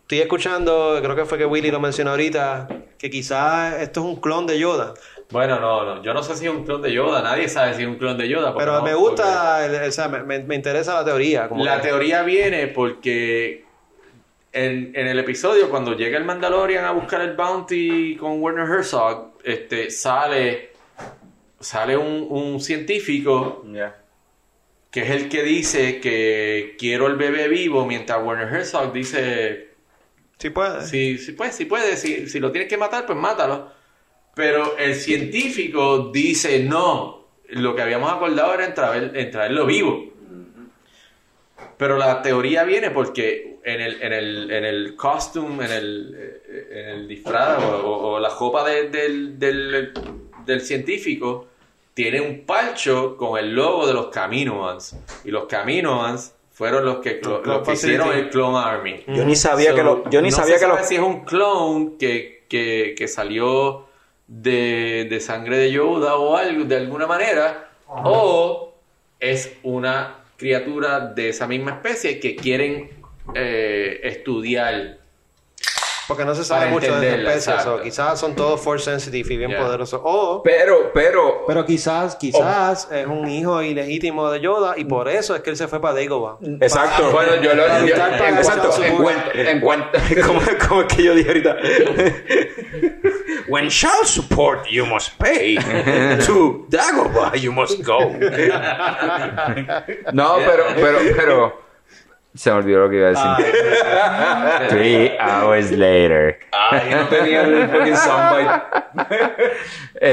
estoy escuchando, creo que fue que Willy lo mencionó ahorita, que quizás esto es un clon de Yoda.
Bueno, no, no. Yo no sé si es un clon de Yoda. Nadie sabe si es un clon de Yoda. porque
Pero
no,
me gusta, el- o sea, me, me- me interesa la teoría.
porque
Como
La
que-
teoría viene porque en, en el episodio, cuando llega el Mandalorian a buscar el bounty con Werner Herzog, este, sale, sale un, un científico que es el que dice que quiero el bebé vivo, mientras Werner Herzog dice
Sí puede.
Si, si puedes, si puedes, si, si lo tienes que matar, pues mátalo. Pero el científico dice no. Lo que habíamos acordado era en, traer- en traerlo vivo. Pero la teoría viene porque en el, en el, en el costume, en el, eh, en el disfraz o, o- o la copa de- del, del, del científico tiene un palcho con el logo de los Caminoans. Y los Caminoans fueron los que, clo- los que hicieron el Clone Army.
Yo ni sabía
So,
que lo, yo ni
no
sabía
se
que
sabe
los
si es un clone que, que, que salió de, de sangre de Yoda o algo de alguna manera o es una criatura de esa misma especie que quieren eh, estudiar
Porque no se sabe
Para
mucho de esta
entenderla,
especie.
exacto.
so, quizás son todos force sensitive y bien
Ya.
poderosos. O,
Pero, pero,
pero quizás, quizás es un hijo ilegítimo de Yoda y por eso es que él se fue para Dagobah.
Exacto.
bueno, yo lo.
Para
yo-
evitar pagar
en cuanto,
su-
en cuanto, en cuanto-
¿Cómo, cómo es que yo dije ahorita? When child support you must pay. To Dagobah you must go.
Oh, No, pero, pero, pero. Se me olvidó lo que iba a decir.
Ah.
Three hours later.
Ah, yo no tenía el fucking soundbite.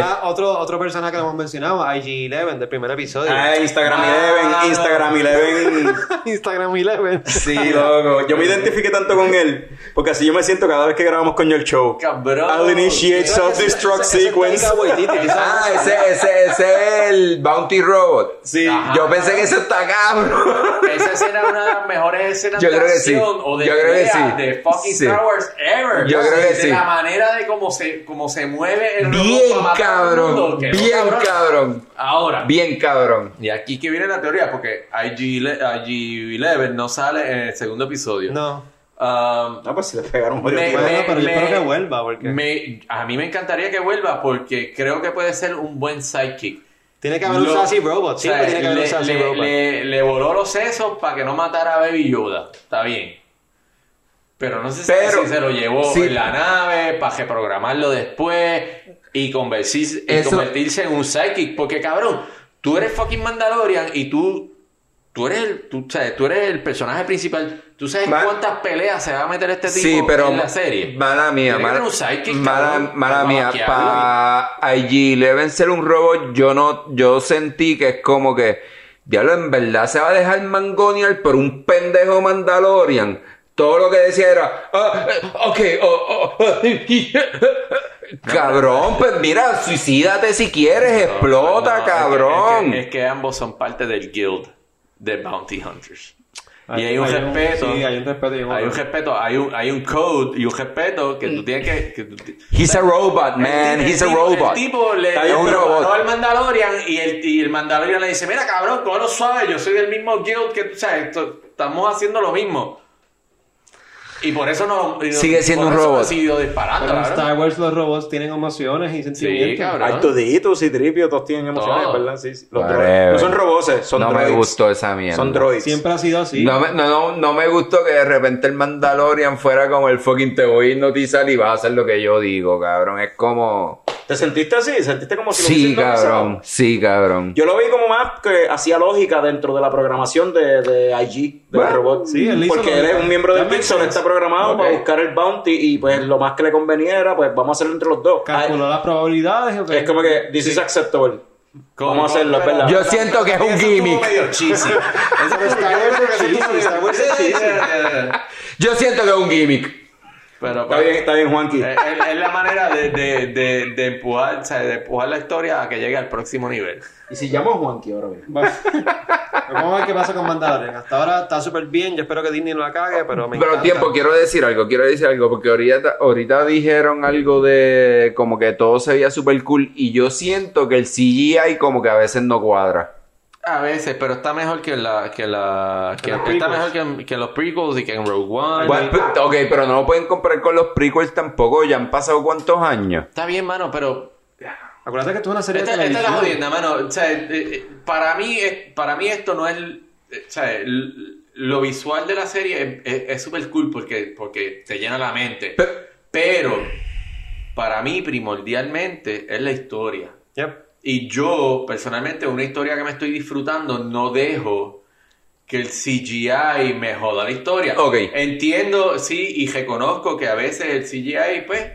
Ah, otro, otro personaje que hemos mencionado, IG-11 del primer episodio.
Ah, Instagram
Ah.
11, Instagram 11.
Instagram 11.
Sí, loco. Yo me identifiqué tanto con él. Porque así yo me siento cada vez que grabamos con el show.
Cabrón.
I'll initiate self-destruct sequence.
Ah, ese, ese, ese es el Bounty Robot.
Sí.
Yo pensé que eso está cabrón.
Esa escena es una de las mejores escenas
Yo
de
creo que
acción
sí.
o de
Yo creo que
pelea
sí.
de fucking
Sí.
Star Wars ever.
Yo creo que
de
sí.
la manera de cómo se, cómo se mueve el
Bien
robot para matar al mundo,
cabrón.
que no,
Bien cabrón.
Ahora,
Bien cabrón.
y aquí que viene la teoría, porque IG-11 IG no sale en el segundo episodio.
No.
Um,
No, pues si le pegaron un jodido
me-
tiro.
me-
Bueno, pero yo
me-
espero que vuelva, porque-
me- a mí me encantaría que vuelva porque creo que puede ser un buen sidekick.
Tiene que haber un
Lo-
sassy robot. Siempre
o sea,
tiene que haber
le,
un sassy
le-
robot.
le- le voló los sesos para que no matara a Baby Yoda. Está bien. Pero no sé si-
Pero-
si se lo llevó
sí.
en la nave para reprogramarlo después y, convertirse- y
Eso-
convertirse en un psychic. Porque, cabrón, tú eres fucking Mandalorian y tú... Tú eres, el, tú, sabes, tú eres el personaje principal. ¿Tú sabes
Ma-
cuántas peleas se va a meter este tipo
Sí, pero.
en la serie?
Mala
Tiene
mía,
que
mala,
tener un sidekick,
mala,
cabrón,
mala
para
mía.
maquiarlo.
Para IG-11 ser un robot, yo no, yo sentí que es como que, diablo, en verdad se va a dejar Mangonial por un pendejo Mandalorian. Todo lo que decía era, ah, eh, ok, oh, oh, oh, cabrón, pues mira, suicídate si quieres, explota,
No, es que-
cabrón.
Es que, es que ambos son parte del guild de Bounty Hunters. Y hay un
Hay un-
respeto.
sí, hay un respeto y un
Hay
orden.
un respeto, hay un, hay un code y un respeto
Mm.
que tú tienes que. que tú ti-
He's a robot,
El
man,
ti- el
he's a
tipo-
robot.
El tipo le
bien,
le
pero-
preparó al Mandalorian y el, y el Mandalorian le dice: Mira, cabrón, todo lo suave, yo soy del mismo guild que tú, o sea, esto- estamos haciendo lo mismo. Y por eso no. y no-
Sigue siendo
por
un
eso
robot.
ha sido disparando,
Pero en
cabrón.
Star Wars los robots tienen emociones y sentimientos.
cabrón.
Artuditos y Tripio, todos tienen emociones,
Todo.
¿verdad? Sí, sí. Los
Whatever.
droids. No son
eh,
robots, eh, son
no
droids.
me gustó esa mierda.
Son droids.
Siempre ha sido así.
No me, no, no, no me gustó que de repente el Mandalorian fuera como el fucking te voy a hipnotizar y vas a hacer lo que yo digo, cabrón. Es como...
¿Te sentiste así? ¿Sentiste como si lo
Sí,
hubiesen hipnotizado?
cabrón. Sí, cabrón.
Yo lo vi como más que hacía lógica dentro de la programación de, de IG, del
Bueno,
robot.
sí, él hizo
Porque
lo-
él es un miembro de
that makes
Pixel,
sense.
está programado
Ok.
para buscar el bounty y pues lo más que le conveniera, pues vamos a hacerlo entre los dos.
Calculó las probabilidades. ok.
Ay, es como que, this is acceptable. Vamos a hacerlo, es verdad.
Yo siento que es un gimmick.
Pero Star Wars es cheesy, Star Wars es cheesy.
Eh,
Yo siento que es un gimmick.
Pero,
Está bien, está bien, Juanqui.
Es, es- es la manera de, de, de, de empujar, o sea, de empujar la historia a que llegue al próximo nivel.
¿Y si llamo a Juanqui ahora mismo?
Bueno, vamos a ver qué pasa con Mandalorian. Hasta ahora está súper bien. Yo espero que Disney no la cague, pero me
Pero
encanta.
tiempo, quiero decir algo, quiero decir algo, porque ahorita, ahorita dijeron algo de como que todo se veía super cool y yo siento que el CGI como que a veces no cuadra.
A veces, pero está mejor que la que la que,
los
está
prequels.
mejor que, en- que en los prequels y que en Rogue One.
Bueno, p- ok, pero no lo pueden comprar con los prequels tampoco, ya han pasado cuántos años.
Está bien, mano, pero
Acuérdate que esto es una serie
esta,
de
esta es la
televisión.
jodienda, mano. O sea, eh, eh, para mí es- para mí esto no es eh, o sea, l- lo visual de la serie es- es súper cool porque porque te llena la mente.
Pero-
pero para mí primordialmente es la historia.
Yep.
Y yo, personalmente, una historia que me estoy disfrutando, no dejo que el CGI me joda la historia.
Ok.
Entiendo, sí, y reconozco que a veces el CGI, pues,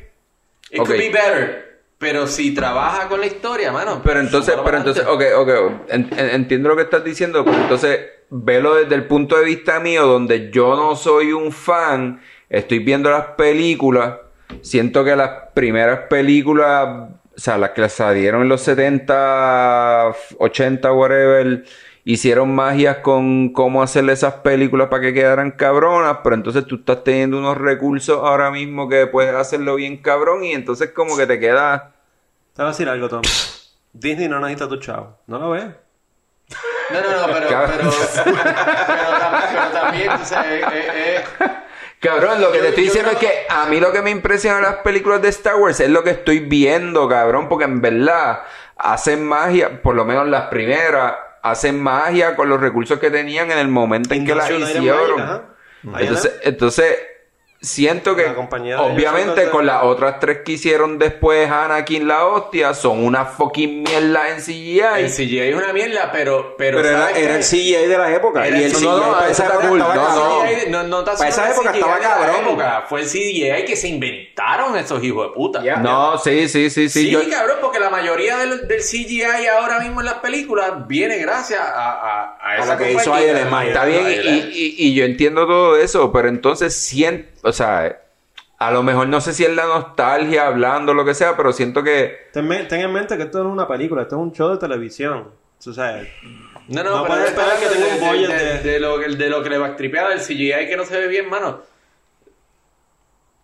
it
Ok.
could be better. Pero si trabaja con la historia, mano.
Pero entonces,
súmalo
pero
para
entonces, ok,
adelante.
ok, en- en- entiendo lo que estás diciendo, pero entonces velo desde el punto de vista mío, donde yo no soy un fan, estoy viendo las películas, siento que las primeras películas, o sea, las que salieron en los 70, 80, whatever, hicieron magias con cómo hacerle esas películas para que quedaran cabronas, pero entonces tú estás teniendo unos recursos ahora mismo que puedes hacerlo bien cabrón y entonces como que te queda...
Te voy a decir algo, Tom. Disney no necesita tu chavo. No lo ves.
No, no, no, pero, pero,
Cabrón.
pero, tam- pero también, o sea, eh, eh, eh,
Cabrón, lo que te estoy diciendo es que a mí lo que me impresiona de las películas de Star Wars es lo que estoy viendo, cabrón, porque en verdad hacen magia, por lo menos las primeras, hacen magia con los recursos que tenían en el momento en que las
Incluso Iron Man, ajá.
hicieron.
Ahí
Entonces, entonces siento que
La compañía de ellos
obviamente
son
con
de-
las otras tres que hicieron después Anakin la hostia son una fucking mierda en CGI.
El CGI es una mierda, pero. Pero,
Pero era,
¿sabes
era el
qué?
CGI de la época.
Era
y
el
el
CGI,
CGI
no, no,
para
esa
esa
era
época
cool.
estaba
No,
cabrón.
no.
CGI no, no tan
Para esa
solo el
época
CGI
estaba
de la
cabrón.
época, Fue el CGI que se inventaron esos hijos de puta.
Ya.
No, sí, sí, sí, sí.
Sí,
yo-
cabrón, porque la mayoría del, del CGI ahora mismo en las películas viene gracias a, a, a esa
lo que hizo
compañía.
ILM.
Está bien, y, y- y yo entiendo todo eso, pero entonces siento, o sea, a lo mejor no sé si es la nostalgia hablando, lo que sea, pero siento que
Ten, me- ten en mente que esto no es una película, esto es un show de televisión. O sea,
No,
No
no, pero
puedes esperar que tenga un
de,
budget
de,
de-
de lo, que- de lo que le va a tripear del CGI que no se ve bien, mano.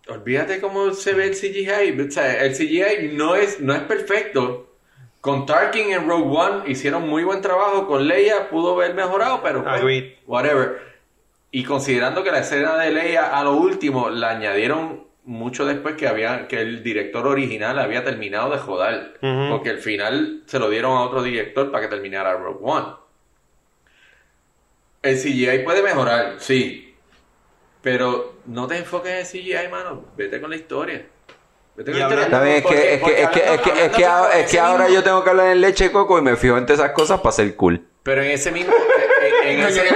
Olvídate cómo se ve el CGI. O sea, el CGI no es, no es perfecto. Con Tarkin en Rogue One hicieron muy buen trabajo. Con Leia pudo ver mejorado, pero pues,
Agreed.
whatever. Y considerando que la escena de Leia a lo último la añadieron mucho después que había que el director original había terminado de jodar,
Ujú.
porque el final se lo dieron a otro director para que terminara Rogue One. El CGI puede mejorar, sí. Pero no te enfoques en CGI, mano. Vete con la historia. Vete
Y
con la historia.
está bien, es
Porque-
que, es que,
porque
es que, es
hablando-
que, es que,
hablando
ahora- es que
sobre
ahora
ese
yo tengo que hablar en leche de coco y me fijo en todas esas cosas para ser cool.
Pero en ese mismo. En, en ese,
Ah,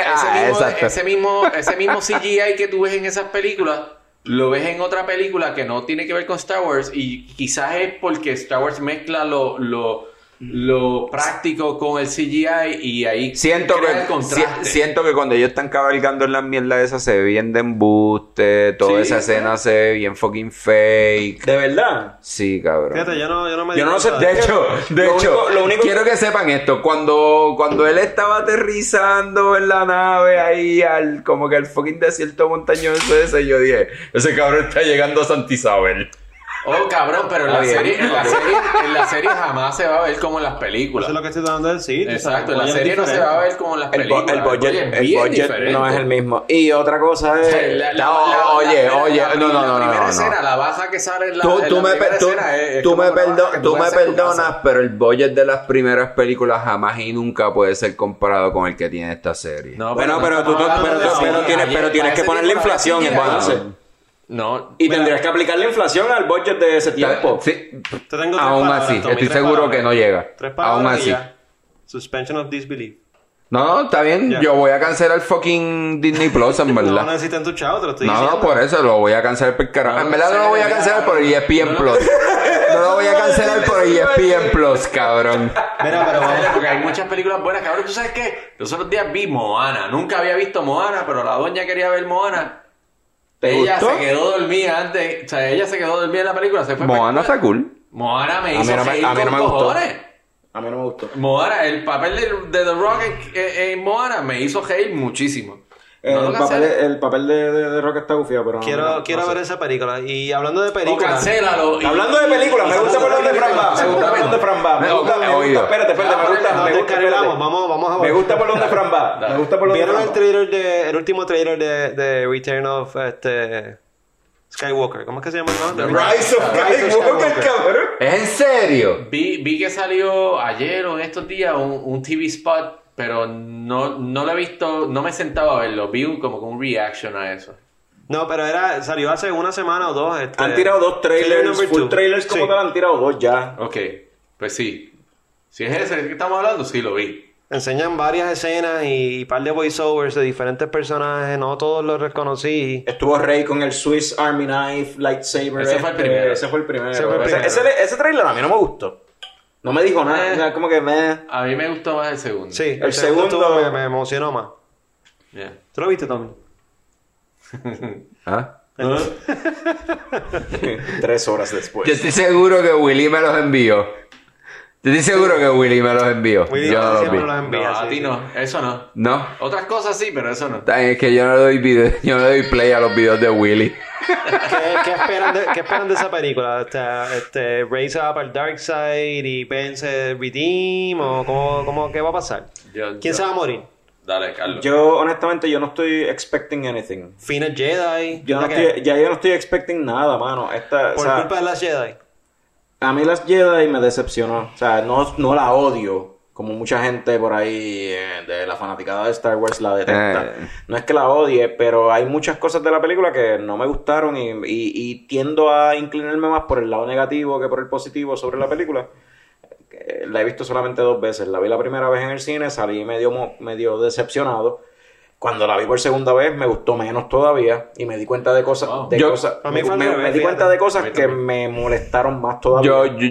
ese mismo
exacto.
ese, mismo, ese mismo CGI que tú ves en esas películas, lo ves en otra película que no tiene que ver con Star Wars. Y quizás es porque Star Wars mezcla lo, lo, lo práctico con el CGI y ahí
Siento
crea
que,
el contraste.
si- siento que cuando ellos están cabalgando en las mierdas esas se ve bien de embuste, toda
Sí,
esa escena se ve bien fucking fake.
De verdad.
Sí, cabrón.
fíjate, yo no, yo no me
Yo no sé-
cuenta
De hecho, de
Lo
hecho,
único- lo único-
quiero que sepan esto. Cuando, cuando él estaba aterrizando en la nave ahí al como que al fucking desierto montañoso ese, yo dije, ese cabrón está llegando a Santa Isabel.
Oh, cabrón, pero en la,
Está bien.
serie, en, la serie, en la serie jamás se va a ver como en las películas.
Eso es lo que estoy tratando de decir. o sea,
Exacto, en la
oye, es
serie no se
diferente.
va a ver como en las
El, bo-
películas.
el budget,
Oye, es
el
bien
budget
diferente.
no es el mismo. Y otra cosa es.
La- la-
No,
la- la-
oye,
la-
oye,
la-
no, no,
la
no, no,
primera
no.
escena, la baja que sale en la,
Tú,
en
tú
la
me,
primera
per- tú-
escena es- es
tú
como
me
la baja
perdo-
que
tú me
haces en tu
perdonas,
casa.
pero el budget de las primeras películas jamás y nunca puede ser comparado con el que tiene esta serie.
No,
bueno,
no
pero tú,
estamos
tú-
hablando de
pero, tú-
cine.
pero tienes,
Ayer,
pero tienes
para
que
ese
poner la
tiempo, para
inflación
ese
en
tiempo,
balance.
No,
Y tendrías que aplicar la inflación al budget de ese tiempo.
Sí,
Te tengo tres
aún
palabras,
así,
Tommy,
estoy
tres
seguro
palabras.
que no llega.
Tres palabras
Aún
y
así.
ya. Suspension of disbelief.
No, no, está bien.
Ya.
Yo voy a cancelar fucking Disney Plus, en
No
verdad.
necesitan tu chavo, te lo estoy
No,
diciendo.
no, por eso lo voy a cancelar por carajo.
No,
en verdad no
no,
lo voy
no,
a cancelar
no,
por
no,
ESPN Plus. No lo voy a cancelar por ESPN Plus, cabrón.
Mira, pero vamos.
Porque hay muchas películas buenas, cabrón. ¿Tú sabes qué? Los otros días vi Moana. Nunca había visto Moana, pero la doña quería ver Moana.
¿Te
ella
gustó?
se quedó dormida antes. O sea, ella se quedó dormida en la película. Se fue para
Moana
actuar.
está cool.
Moana me
A mí
hizo
no me-
reír
a mí no
con
me gustó.
cojones.
A mí no me gustó.
Moana, el papel de, de The Rock en, en- en Moana me hizo reír muchísimo. No lo
Eh, el, papel,
canceles.
el papel de, de, de Rock está gufiado, pero. no,
Quiero,
no, no
quiero
sé.
ver esa película. Y hablando de
O
películas.
cancélalo. y-
Hablando de películas, me gusta por donde Fran va. Me gusta por donde Fran va. Me gusta, me gusta. Espérate, espérate, me gusta.
Nos
Me gusta, espérate.
descargamos, vamos, vamos a
Me gusta por donde Fran va. Me gusta por donde
¿Vieron
Fran
el
va.
trailer de, el último trailer de, de Return of este, Skywalker? ¿Cómo es que se llama? no? The
Rise of Skywalker, cabrón.
¿Es en serio?
Vi, vi que salió ayer o en estos días un, un TV spot, pero no, no lo he visto, no me he sentado a verlo. Vi un, como que un reaction a eso.
No, pero era, salió hace una semana o dos. este,
Han tirado dos
trailer
trailers,
number
full
two.
trailers como
Sí.
tal, han tirado dos ya.
Ok, pues sí. Si es ese que estamos hablando, sí lo vi.
Enseñan varias escenas y un par de voiceovers de diferentes personajes. No todos los reconocí.
Estuvo Rey con el Swiss Army Knife, Lightsaber.
Ese fue el primero.
Ese fue el primero.
Ese fue el
Ese-
primero.
Ese, ese trailer a mí no me gustó. No me dijo nada.
Eh.
o sea, como que me.
A mí me gustó más el segundo.
Sí, el,
El
segundo,
segundo-
estuvo- me, me emocionó más.
Yeah.
¿Tú lo viste, Tommy?
¿Ah?
Tres horas
Yo
después.
estoy seguro que Willy me los envió. Yo estoy seguro que Willy me los envió.
Willy
Yo no los vi.
siempre los
No,
envía,
a
sí,
ti
sí.
no, eso no.
No.
Otras cosas sí, pero eso no.
Está bien, Es que yo no le doy video- yo no le doy play a los videos de Willy.
Eh,
¿Qué, qué esperan de, qué esperan de esa película? Este, este, ¿Raise up al Dark Side y Pence Redeem? ¿O cómo, cómo, qué va a pasar?
Yo-
¿Quién
yo-
se va a morir?
Dale, Carlos.
Yo, honestamente, yo no estoy expecting anything.
Final Jedi.
Yo no
¿qué?
estoy, ya yo no estoy expecting nada, mano. Esta, o
Por
sea,
culpa de las Jedi.
A mí las Jedi me decepcionó. O sea, no, no la odio. Como mucha gente por ahí eh, de la fanaticada de Star Wars la detesta.
Eh.
No es que la odie, pero hay muchas cosas de la película que no me gustaron y, y- y tiendo a inclinarme más por el lado negativo que por el positivo sobre la película. Eh, La he visto solamente dos veces. La vi la primera vez en el cine, salí medio, mo- medio decepcionado. Cuando la vi por segunda vez me gustó menos todavía y me di cuenta de cosas, de
Yo-
cosas,
a mí fue al
me-
revés,
me di cuenta
fíjate.
de cosas que me molestaron más todavía.
Yo, yo-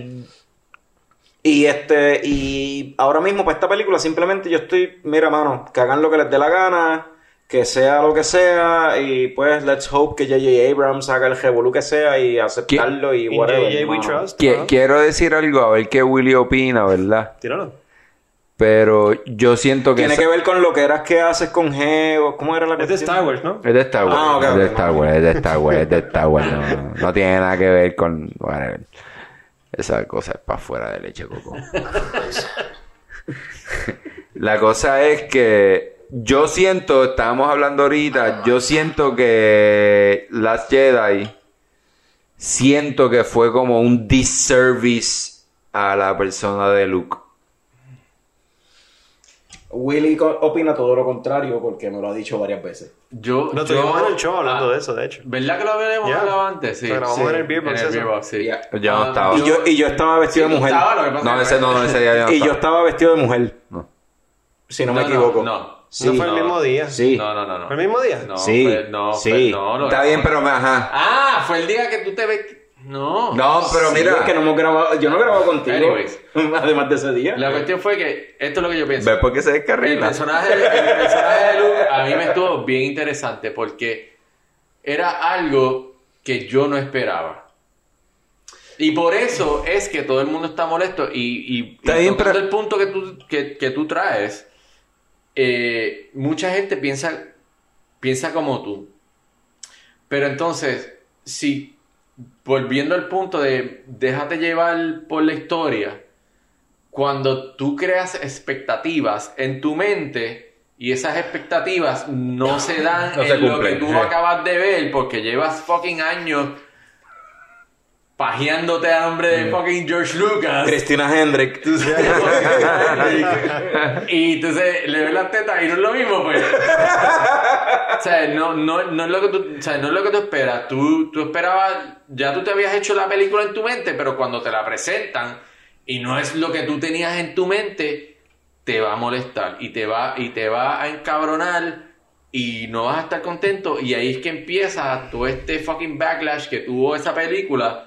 Y este, y ahora mismo para esta película simplemente yo estoy, mira mano, que hagan lo que les dé la gana, que sea lo que sea, y pues let's hope que J.J. Abrams haga el revolú que sea y aceptarlo y
In
whatever.
JJ We
mano.
Trust.
qui-
¿no?
quiero decir algo, a ver qué Willy opina, ¿verdad?
Tíralo.
Pero yo siento que...
Tiene
esa-
que ver con lo que eras que haces con Geo, ¿cómo era la
Es de
cuestión?
Star Wars, ¿no?
Es de Star Wars.
Ah, ok,
es de
ok.
Star Wars, es de Star Wars, es de Star Wars. No, no tiene nada que ver con. whatever. Esa cosa es para fuera de leche, Coco. La cosa es que yo siento, estábamos hablando ahorita, yo siento que Last Jedi siento que fue como un disservice a la persona de Luke.
Willy co- opina todo lo contrario porque me lo ha dicho varias veces.
Yo, yo,
No
Ah,
tuvimos en el show hablando de eso, de hecho.
¿Verdad que lo habíamos
Ya.
hablado antes? Sí.
Lo grabamos
Sí.
en el Beer Box, eso.
sí.
Ya.
Yo no
Ah,
estaba.
Y yo, y yo estaba
Sí,
vestido
tú
de mujer.
estabas, lo que pasa
No,
es que-
ese no, ese día yo no
y yo
estaba.
estaba vestido de mujer,
No.
si no,
No,
me
no,
equivoco.
no.
Sí.
no fue el mismo día.
Sí.
No, no, no, no.
¿Fue el mismo día?
No,
Sí,
Fer, no,
sí.
Fer, no, lo
Está bien,
grabamos.
pero me ajá.
Ah, fue el día que tú te ves. No.
No, pero
Sí,
mira.
es que no hemos grabado, yo no he grabado contigo.
Anyways.
Además de ese día.
La cuestión fue que esto es lo que yo pienso.
¿Ves por qué se
El
descarrila?
personaje, el personaje de Luke a mí me estuvo bien interesante porque era algo que yo no esperaba. Y por eso es que todo el mundo está molesto. Y, y, y
Está bien,
tocando
pero-
el punto que tú, que, que tú traes, eh, mucha gente piensa, piensa como tú. Pero entonces, si volviendo al punto de déjate llevar por la historia, cuando tú creas expectativas en tu mente y esas expectativas no se dan
No se
en lo que
cumplen, eh.
tú
sí.
acabas de ver porque llevas fucking años pajeándote a nombre
Mm.
de fucking George Lucas.
Cristina Hendrick.
Tú sabes. y entonces le ves las tetas y no es lo mismo, pues. o sea, no, no, no es lo que tú, o sea, no es lo que tú esperas. Tú, tú esperabas, ya tú te habías hecho la película en tu mente, pero cuando te la presentan y no es lo que tú tenías en tu mente, te va a molestar y te va, y te va a encabronar y no vas a estar contento. Y ahí es que empieza todo este fucking backlash que tuvo esa película.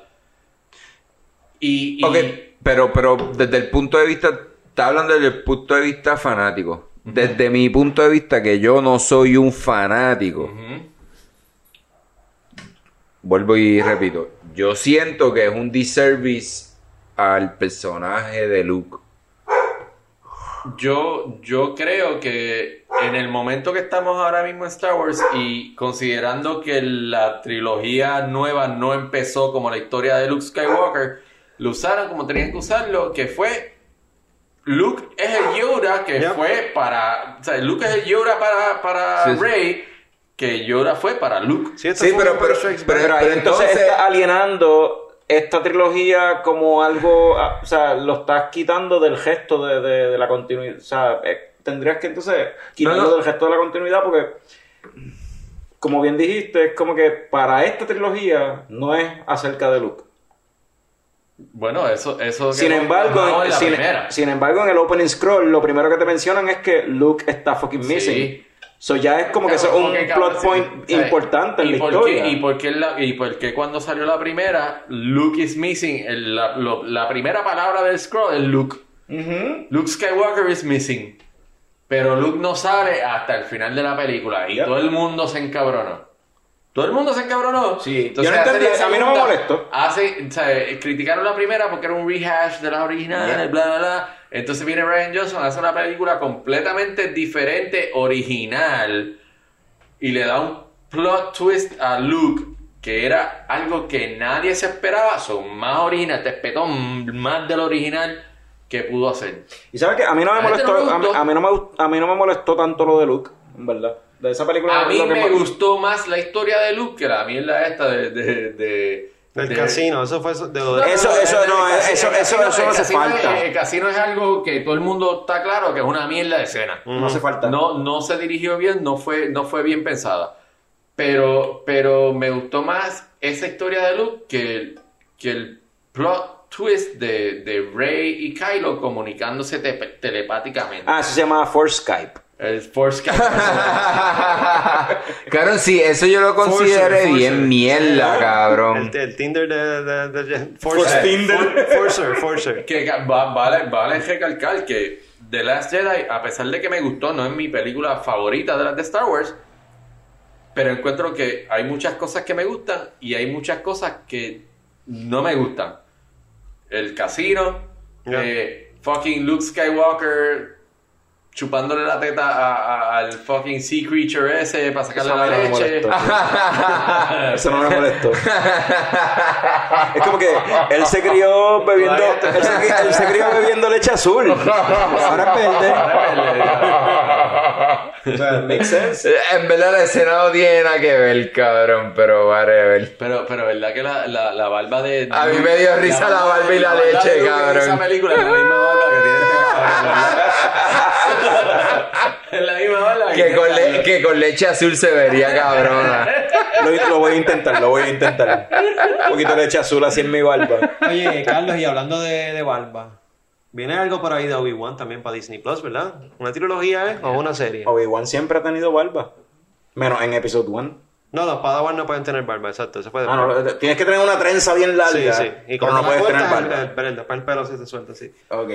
Y, y-
Ok, pero, pero desde el punto de vista, está hablando desde el punto de vista fanático. Desde mi punto de vista, que yo no soy un fanático,
Ujú.
vuelvo y repito, yo siento que es un disservice al personaje de Luke.
Yo, yo creo que en el momento que estamos ahora mismo en Star Wars y considerando que la trilogía nueva no empezó como la historia de Luke Skywalker, lo usaron como tenían que usarlo, que fue Luke es el Yoda que
Ya.
fue para, o sea, Luke es el Yoda para, para
Sí, sí.
Rey, que Yoda fue para Luke.
esto
Sí,
fue
pero,
un
pero,
Strikes
pero,
Back.
pero ahí
Pero entonces, está alienando esta trilogía como algo, ah, o sea, lo estás quitando del gesto de, de- de la continuidad. O sea, eh, tendrías que entonces quitarlo
No, no.
del gesto de la continuidad porque, como bien dijiste, es como que para esta trilogía no es acerca de Luke.
Bueno, eso, eso que
Sin
hemos hablado
embargo,
en
en,
la
sin,
primera.
sin embargo, en el opening scroll, lo primero que te mencionan es que Luke está fucking missing.
Sí.
So ya es como que eso es
Cabrón,
un
porque, cabrón,
plot
sí,
point
¿sabes?
importante en
¿Y
la
por
historia.
Qué, y, por qué la- ¿Y por qué cuando salió la primera, Luke is missing? el- la, lo- la primera palabra del scroll es Luke. Luke Skywalker is missing. Pero Luke no sale hasta el final de la película y
Yep.
todo el mundo se encabronó. Todo el mundo se encabronó.
Sí, yo no
hacen la
entendí, a mí no me
segunda,
molestó.
hace- o sea, eh, criticaron la primera porque era un rehash de las originales, bla, bla, bla. Entonces viene Ryan Johnson, hace una película completamente diferente, original, y le da un plot twist a Luke, que era algo que nadie se esperaba. Son más original, te espetó más del original, que pudo hacer.
Y sabes que a mí no me
A este
molestó,
no me
a mí,
gustó.
a mí no me, gust- a mí no me molestó tanto lo de Luke, en verdad. De esa película
A mí
lo que
me
más-
gustó más la historia de Luke que la mierda esta de... de, de
Del
de-
casino, eso fue de
No,
lo de.
Eso-
no,
eso
el-
no,
el
eso-
casino-
eso-
el
eso no hace
casino-
falta.
El, el casino es algo que todo el mundo está claro que es una mierda de escena.
No hace falta.
No, no se dirigió bien, no fue, no fue bien pensada. Pero, pero me gustó más esa historia de Luke que el, que el plot twist de, de Rey y Kylo comunicándose te- telepáticamente.
Ah, eso se llama Force Skype.
El Force Kylo.
Claro, sí, eso yo lo consideré
Forcer,
bien
forcer.
mierda, cabrón.
El, el Tinder de. de, de, de-
Force
Forcer.
Tinder.
For- Forcer, Forcer.
que ca- va- vale, vale recalcar que The Last Jedi, a pesar de que me gustó, no es mi película favorita de las de Star Wars, pero encuentro que hay muchas cosas que me gustan y hay muchas cosas que no me gustan. El casino,
Yeah.
eh, fucking Luke Skywalker chupándole la teta a- a- al fucking sea creature ese para sacarle
Eso a
la
mí no me
leche.
molestó. Eso no me molestó. Es como que él se crió bebiendo, él se, cri- él se crió bebiendo leche azul. Ahora es verde. O sea, makes sense.
Eh, En verdad la escena no tiene nada que ver, cabrón, pero whatever.
Pero, pero verdad que la, la, la barba de...
A mí me dio risa la barba y la
barba
leche,
de Luke en
cabrón.
Esa película es la misma barba que tiene este cabrón, ¿verdad? Es la misma barba que
Que
tiene
con,
este
le-
cabrón.
que con leche azul se vería cabrona.
Lo, lo voy a intentar, lo voy a intentar. Un poquito de leche azul así en mi barba.
Oye, Carlos, y hablando de, de Barba, viene algo por ahí de Obi-Wan también para Disney Plus, ¿verdad? ¿Una trilogía, eh? ¿O una serie?
Obi-Wan siempre ha tenido barba. Menos en episodio 1.
No, los Padawan no pueden tener barba, exacto. Eso puede
Ah, no, tienes que tener una trenza bien larga.
Sí, sí. Y
pero
cuando
no
la
puedes tener
cortas,
barba.
El, el- el- el pelo se te suelta, sí.
Ok.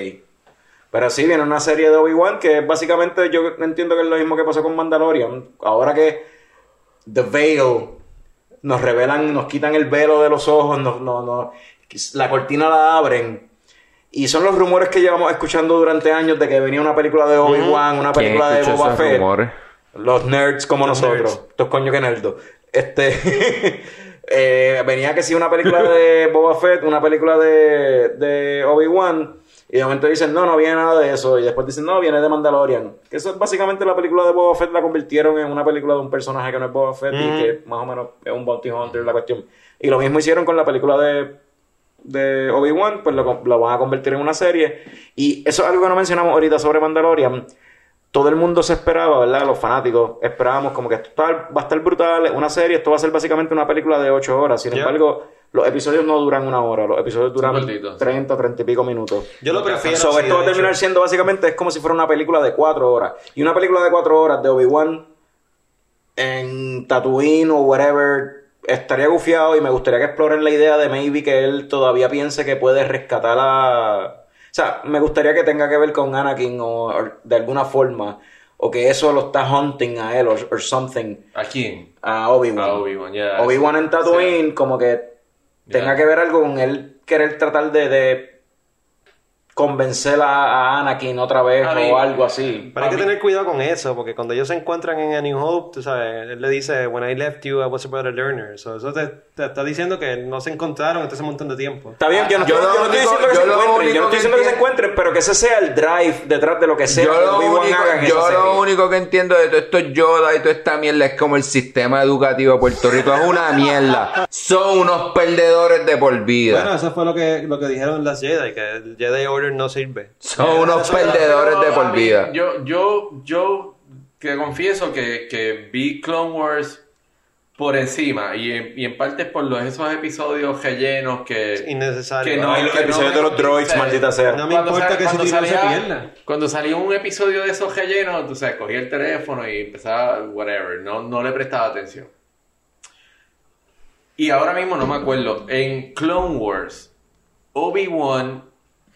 Pero sí, viene una serie de Obi-Wan que es básicamente yo entiendo que es lo mismo que pasó con Mandalorian. Ahora que The Veil nos revelan, nos quitan el velo de los ojos, nos, no- no- la cortina la abren. Y son los rumores que llevamos escuchando durante años de que venía una película de Obi-Wan, una
¿Quién
película de
escucha
Boba
esos
Fett.
rumores?
Los nerds como nosotros.
nerds.
Estos coño que nerdos. Este. eh, venía que sí una película de Boba Fett, una película de, de Obi-Wan. Y de momento dicen, no, no viene nada de eso. Y después dicen, no, viene de Mandalorian. Que eso es básicamente la película de Boba Fett, la convirtieron en una película de un personaje que no es Boba Fett y que más o menos es un bounty hunter la cuestión. Y lo mismo hicieron con la película de de Obi-Wan, pues lo, lo van a convertir en una serie. Y eso es algo que no mencionamos ahorita sobre Mandalorian. Todo el mundo se esperaba, ¿verdad? Los fanáticos esperábamos como que esto está- va a estar brutal, es una serie, esto va a ser básicamente una película de 8 horas. Sin
Yeah.
embargo, los episodios no duran una hora, los episodios duran
cortitos.
30, 30 y pico minutos.
Yo lo prefiero.
So,
así,
esto va a
de
terminar
hecho.
siendo básicamente, es como si fuera una película de 4 horas. Y una película de 4 horas de Obi-Wan en Tatooine o whatever, estaría gufiado y me gustaría que exploren la idea de maybe que él todavía piense que puede rescatar a... O sea, me gustaría que tenga que ver con Anakin o, o de alguna forma, o que eso lo está hunting a él o or something,
¿A quién?
a Obi-Wan.
A Obi-Wan, ya.
Obi-Wan en Tatooine, como que tenga
Ya.
que ver algo con él querer tratar de, de convencer a, a Anakin otra vez
A
o
mí-
algo así.
Pero hay que tener cuidado con eso, porque cuando ellos se encuentran en A New Hope, tú sabes, él le dice, When I left you, I was a better learner. So, eso te, te está diciendo que no se encontraron hasta hace un montón de tiempo.
Está bien, yo no
Yo
estoy,
lo
yo no estoy
único-
diciendo que
yo lo
se encuentren, yo
único
no
que
estoy diciendo que se
entiendo-
encuentren, pero que ese sea el drive detrás de lo que sea
Yo
que
lo
Obi-Wan
único,
haga en esa
yo
serie.
lo único que entiendo de todo esto Yoda y toda esta mierda es como el sistema educativo de Puerto Rico es una mierda. Son unos perdedores de por vida.
Bueno, eso fue lo que, lo que dijeron las Jedi, que el Jedi Order no sirve.
Son unos
Pero
perdedores de
a
por
mí,
vida.
Yo, yo, yo te confieso que, que vi Clone Wars por encima y en, y en parte por los, esos episodios rellenos que...
Innecesario.
Que no,
Ay, los
que no
episodios
me-
de los droids,
¿sabes?
maldita sea.
No me
Cuando
importa
sal-
que ese
cuando
tiro se
salía-
pierda.
Cuando salió un episodio de esos rellenos, tú sabes, cogía el teléfono y empezaba, whatever, no, no le prestaba atención. Y ahora mismo no me acuerdo, en Clone Wars, Obi-Wan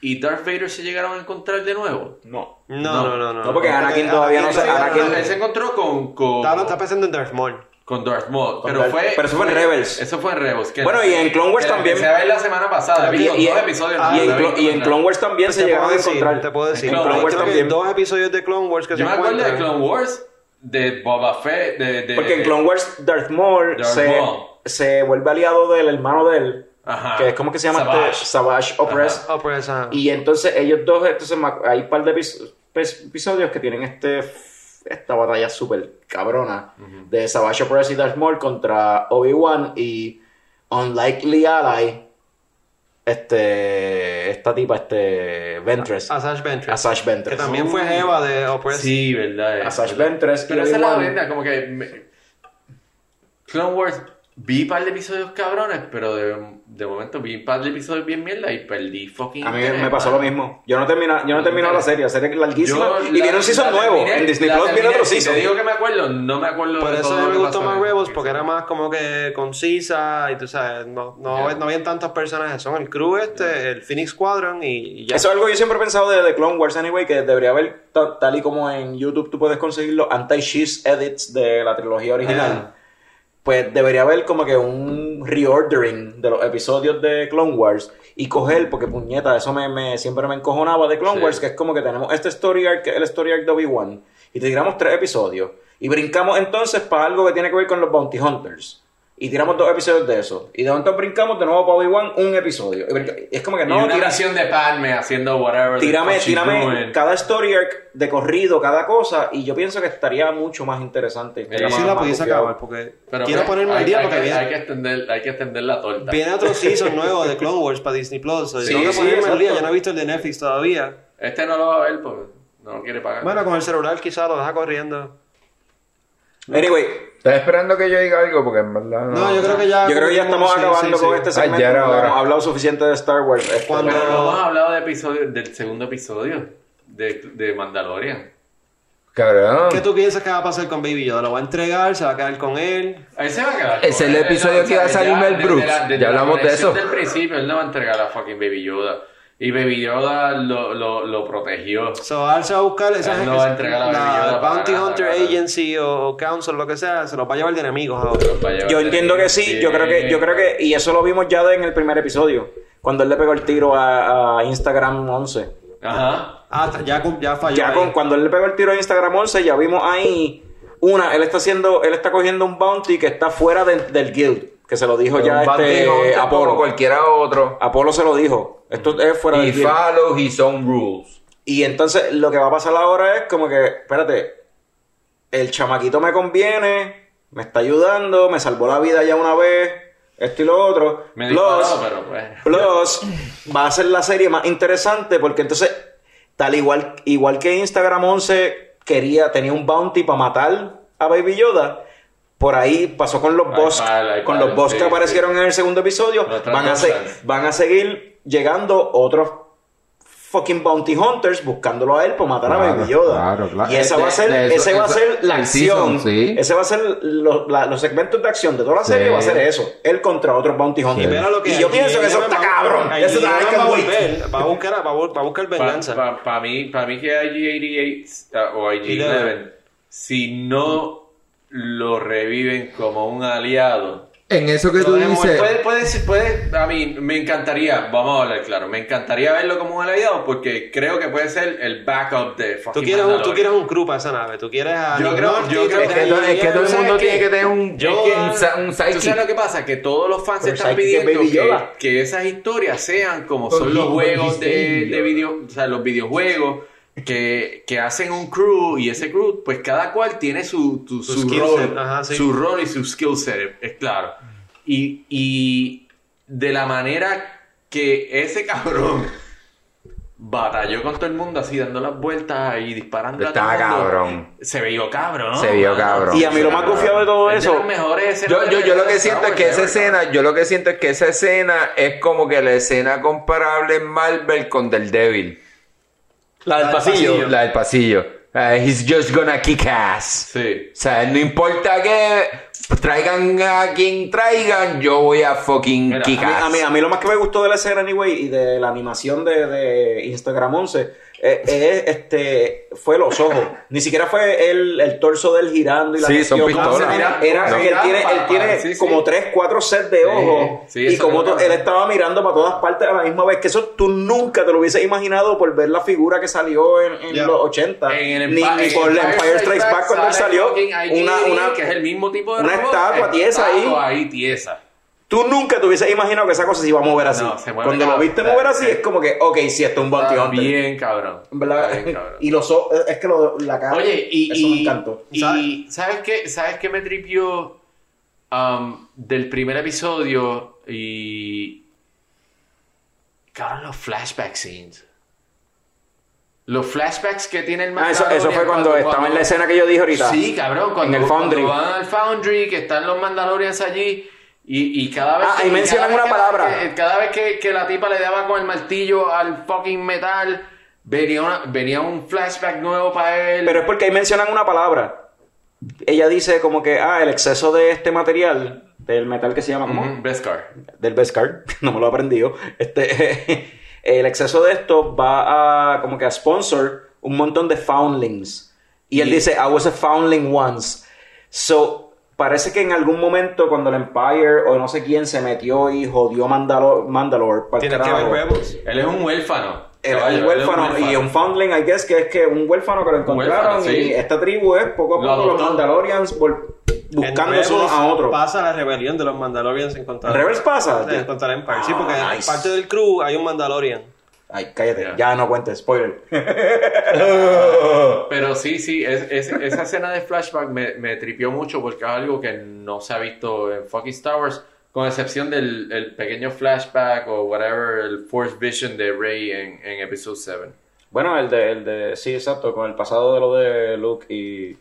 y Darth Vader se llegaron a encontrar de nuevo.
No.
No, no, no. No,
No, porque Anakin todavía no se-
sí,
Anakin-
Él se encontró con, con,
Está, está pensando en Darth Maul.
con Darth Maul,
Con
pero
Darth-
fue...
pero eso fue en Rebels.
Eso fue en Rebels. que-
Bueno, y en Clone Wars
que la
también.
empecé a ver la semana pasada, vi
Y,
los
y-
dos episodios.
y en,
nada, vi
Clo- y en
nada.
Clone Wars también
Pues
se
te
llegaron
puedo
a
decir,
encontrar.
te puedo decir.
En Clone
Creo
Wars
que
también.
Dos episodios de Clone Wars que se
Yo me acuerdo
encuentran.
de Clone Wars, de Boba Fett, de... de
Porque en Clone Wars Darth Maul,
Darth
se,
Maul.
se vuelve aliado del hermano de él.
Ajá.
que es como que se llama Savage,
Savage.
Savage Opress.
Ah, pues, ajá.
Y entonces ellos dos, entonces me ac- hay un par de epis- pes- episodios que tienen este esta batalla súper cabrona de Savage Opress y Darth Maul contra Obi-Wan y Unlikely Ally, este, esta tipa, este, Ventress,
Asajj Ventress.
Asajj
Que
Ventress.
también fue Eva de Oppress.
Sí, verdad. es.
Asajj Ventress y
Pero esa es la
Obi-Wan.
venda, como que. me- Clone Wars, vi un par de episodios cabrones, pero de, de momento vi un par de episodios bien mierda y perdí fucking.
A mí
interés,
me pasó lo
mano.
mismo. Yo no he terminado, yo no he terminado la serie, la serie es larguísima.
Yo
y
la-
viene un season
la
nuevo.
terminé,
en Disney
la
Plus viene
terminé,
otro
si
season.
Te digo que me acuerdo, no me acuerdo.
Por
de
eso
todo
a mí
lo
me
que
gustó
pasó
más
en el
Rebels,
episodio.
porque era más como que concisa y tú sabes, no, no,
Ya.
no habían tantos personajes, son el crew este, el Phoenix Squadron y, y ya.
Eso es algo que yo siempre he pensado de, de Clone Wars Anyway, que debería haber, ta- tal y como en YouTube tú puedes conseguir los anti-cheese edits de la trilogía original. Pues debería haber como que un reordering de los episodios de Clone Wars y coger, porque puñeta, eso me, me- siempre me encojonaba de Clone
Sí.
Wars, que es como que tenemos este story arc, que es el story arc de Obi-Wan, y te tiramos tres episodios. Y brincamos entonces para algo que tiene que ver con los Bounty Hunters. Y tiramos dos episodios de eso. Y de momento brincamos de nuevo para Obi-Wan un episodio. Y brinca- es como que
Y
no,
una
tira-
canción de Padme haciendo whatever. the
Tírame,
fuck she's
tírame
doing.
cada story arc de corrido, cada cosa, y yo pienso que estaría mucho más interesante.
Eh,
más-
sí la
más
pudiese
copiado.
acabar, porque
Pero
quiero
pues,
ponerme
hay-
al día
hay
porque
que-
viene,
Hay que extender, hay que extender la torta.
viene otro season nuevo de Clone Wars para Disney Plus. so
Sí,
tengo que
sí,
ponerme al día,
exacto.
yo no he visto el de Netflix todavía.
Este no lo va a ver porque no lo quiere pagar.
Bueno, con el celular quizá lo deja corriendo.
Anyway,
¿Estás esperando que yo diga algo? Porque en verdad no.
No, yo creo que ya.
yo creo que ya estamos
sí,
acabando
sí,
con
sí.
este
Ah,
segmento.
ya era hora.
Hemos hablado suficiente de Star Wars. Este,
Cuando-
Pero no hemos hablado de episodio, del segundo episodio de, de Mandalorian.
Cabrón.
¿Qué tú piensas que va a pasar con Baby Yoda? ¿Lo va a entregar? ¿Se va a quedar con él?
Ahí se va a quedar.
Es el
Él-
episodio
él-
que iba a
él-
salir
ya-
Mel
desde
Brooks.
la- desde
Ya
la
hablamos de
conexión
eso.
del principio, él no va a entregar a fucking Baby Yoda. Y Baby Yoda lo, lo, lo protegió.
So, ahora se va a buscar esa
Él no va a entregar a Baby Yoda para
Bounty
nada,
Hunter
para nada.
Agency o, o Council, lo que sea, se los va a llevar de enemigos ahora.
yo entiendo que sí, yo creo que, yo creo que, y eso lo vimos ya de- en el primer episodio, cuando él le pegó el tiro a, a Instagram 11.
Ajá.
Ah, está- ya, con- ya falló.
Ya
ahí.
con, cuando él le pegó el tiro a Instagram 11, ya vimos ahí una, él está haciendo, él está cogiendo un bounty que está fuera de- del guild, que se lo dijo ya este
Apolo.
Apolo.
cualquiera otro.
Apolo se lo dijo. Esto es fuera
Y
del guild.
follow his own rules.
Y entonces lo que va a pasar ahora es como que, espérate, el chamaquito me conviene, me está ayudando, me salvó la vida ya una vez, esto y lo otro.
Me disparó,
plus,
pero pues.
plus, va a ser la serie más interesante porque entonces, tal igual, igual que Instagram 11 quería, tenía un bounty para matar a Baby Yoda. Por ahí pasó con los
Ay,
boss,
pal, ay,
con
pal,
los boss
sí,
que
sí.
aparecieron en el segundo episodio.
Los
Van a, se-
Transformers.
van a seguir llegando otros fucking bounty hunters buscándolo a él por matar a
Claro,
Baby Yoda.
claro, claro.
Y esa
De-
va a ser,
de eso-
ese va a
eso-
ser la
el season,
acción.
sí.
Ese va a ser lo- la- los segmentos de acción de toda la serie
Sí.
va a ser eso. Él contra otros bounty
Y
hunters.
mira lo que
Y yo pienso que eso está cabrón. Eso está I
va a
can't wait.
volver, va a buscar, va a, bu- va a buscar
Para
venganza.
mí, pa mí que IG-88 ah, o IG-11,
Eleven.
si no lo reviven como un aliado,
En eso que
Lo
tú
dejemos- Puede,
dices,
puede, ser- puede- a mí me encantaría, vamos a hablar claro, me encantaría verlo como un aliado porque creo que puede ser el backup de fucking
Tú quieres, un, tú
Mandalorian.
quieres un crew para esa nave. Tú quieres a.
Yo
Nick
creo-
Nolte,
yo
tú
creo
quieres
Es que,
a
todo- es
Ian
que todo el
Anderson.
mundo
¿sabes
tiene
qué?
que tener un,
Yo-
un, sa- un
¿Tú sabes lo
sidekick.
que pasa? Que todos los fans
Pero
están
sidekick es
pidiendo
Baby
que,
Yoda.
que esas historias sean como
Pero
son
he-
los
but
juegos
he's
de,
Baby
de
Yoda.
video, o sea, los videojuegos que, que hacen un crew y ese crew, pues cada cual tiene su, tu-
Su
su
skill
rol,
set, ajá, sí.
su rol y su skill set, es claro. Y, y de la manera que ese cabrón batalló con todo el mundo así dando las vueltas y disparando a todo
Estaba
el mundo,
cabrón.
Se vio cabrón.
Se vio cabrón.
Y a mí lo más confiado de todo
Es de
eso.
las mejores escenas
Yo,
de
yo, yo lo que
Star
siento es
Wars
que esa
ever, cabrón.
escena, yo lo que siento es que esa escena es como que la escena comparable en Marvel con Del Devil.
La del pasillo.
La del pasillo. Ah, he's just gonna kick ass.
Sí.
O sea, no importa que traigan a quien traigan, yo voy a fucking
Mira,
kick
A mí,
ass.
a mí- a mí lo más que me gustó de la escena, anyway, y de la animación de, de Instagram 11, eh, eh, este, fue los ojos. Ni siquiera fue el, el torso del girando y la
Sí,
cuestión.
son pistolas.
Era, era
No.
que él tiene, él tiene
Sí, sí.
como tres, cuatro sets de ojos.
sí,
y
eso
como
creo
to-
que-
él estaba mirando para todas partes a la misma vez. Que eso tú nunca te lo hubieses imaginado por ver la figura que salió en, en
Ya.
los 80.
En el
ni,
Empi-
ni
en
por el Empire Strikes Back cuando él
sale
salió.
fucking IG,
Una, una,
que es el mismo tipo de
una
robot,
estatua tiesa ahí.
estatua ahí tiesa.
Tú nunca te hubieses imaginado que esa cosa se iba a mover así.
No, se mueve
Cuando lo
cabrón.
viste mover así, es como que, ok, sí, esto es un bounty
Está
hunter.
bien cabrón.
¿Verdad?
Está bien cabrón.
Y los ojos, es que lo- la cara.
Oye, y,
eso
y-
me encantó.
y- ¿sabes qué? ¿Sabes qué me tripió um, del primer episodio? Y. Cabrón, los flashback scenes. Los flashbacks que tiene el
Ah, eso, eso fue
Mandalorian
cuando, estaba en la escena que yo dije ahorita.
Sí, cabrón, cuando,
en el Foundry.
cuando van al Foundry, que están los Mandalorians allí, y, y cada vez
Ah, ahí
y cada
mencionan
vez
una
que la-
palabra.
que- cada vez que, que la tipa le daba con el martillo al fucking metal, venía, una- venía un flashback nuevo para él.
Pero es porque ahí mencionan una palabra. Ella dice como que, ah, el exceso de este material, del metal que se llama, ¿cómo?
Ujú, Beskar.
Del Beskar, no me lo he aprendido. Este, el exceso de esto va a, como que a sponsor un montón de foundlings. Y él dice, I was a foundling once. So, parece que en algún momento cuando el Empire o no sé quién se metió y jodió Mandalor, Mandalore, pa'l
Tienes que ver
carajo.
Rebels.
Él es un huérfano.
El,
caballo,
un
él es
huérfano y un foundling, I guess, que es que un huérfano que lo encontraron
huérfano, sí.
y esta tribu es poco a
Lo
poco los
adoptó.
Mandalorians vol- buscando
En Rebels
uno a otro.
Pasa la rebelión de los Mandalorians en contra
¿En Rebels pasa?
Sí, en contra del Empire. sí, porque
Ah,
en
nice.
parte del crew hay un Mandalorian.
Ay, cállate,
Ya.
ya no cuentes, spoiler.
Pero sí, sí, es- es- esa escena de flashback me, me tripió mucho porque es algo que no se ha visto en fucking Star Wars, con excepción del el pequeño flashback o whatever, el Force Vision de Rey en, en Episode 7.
Bueno, el de, el de, sí, exacto, con el pasado de lo de Luke y...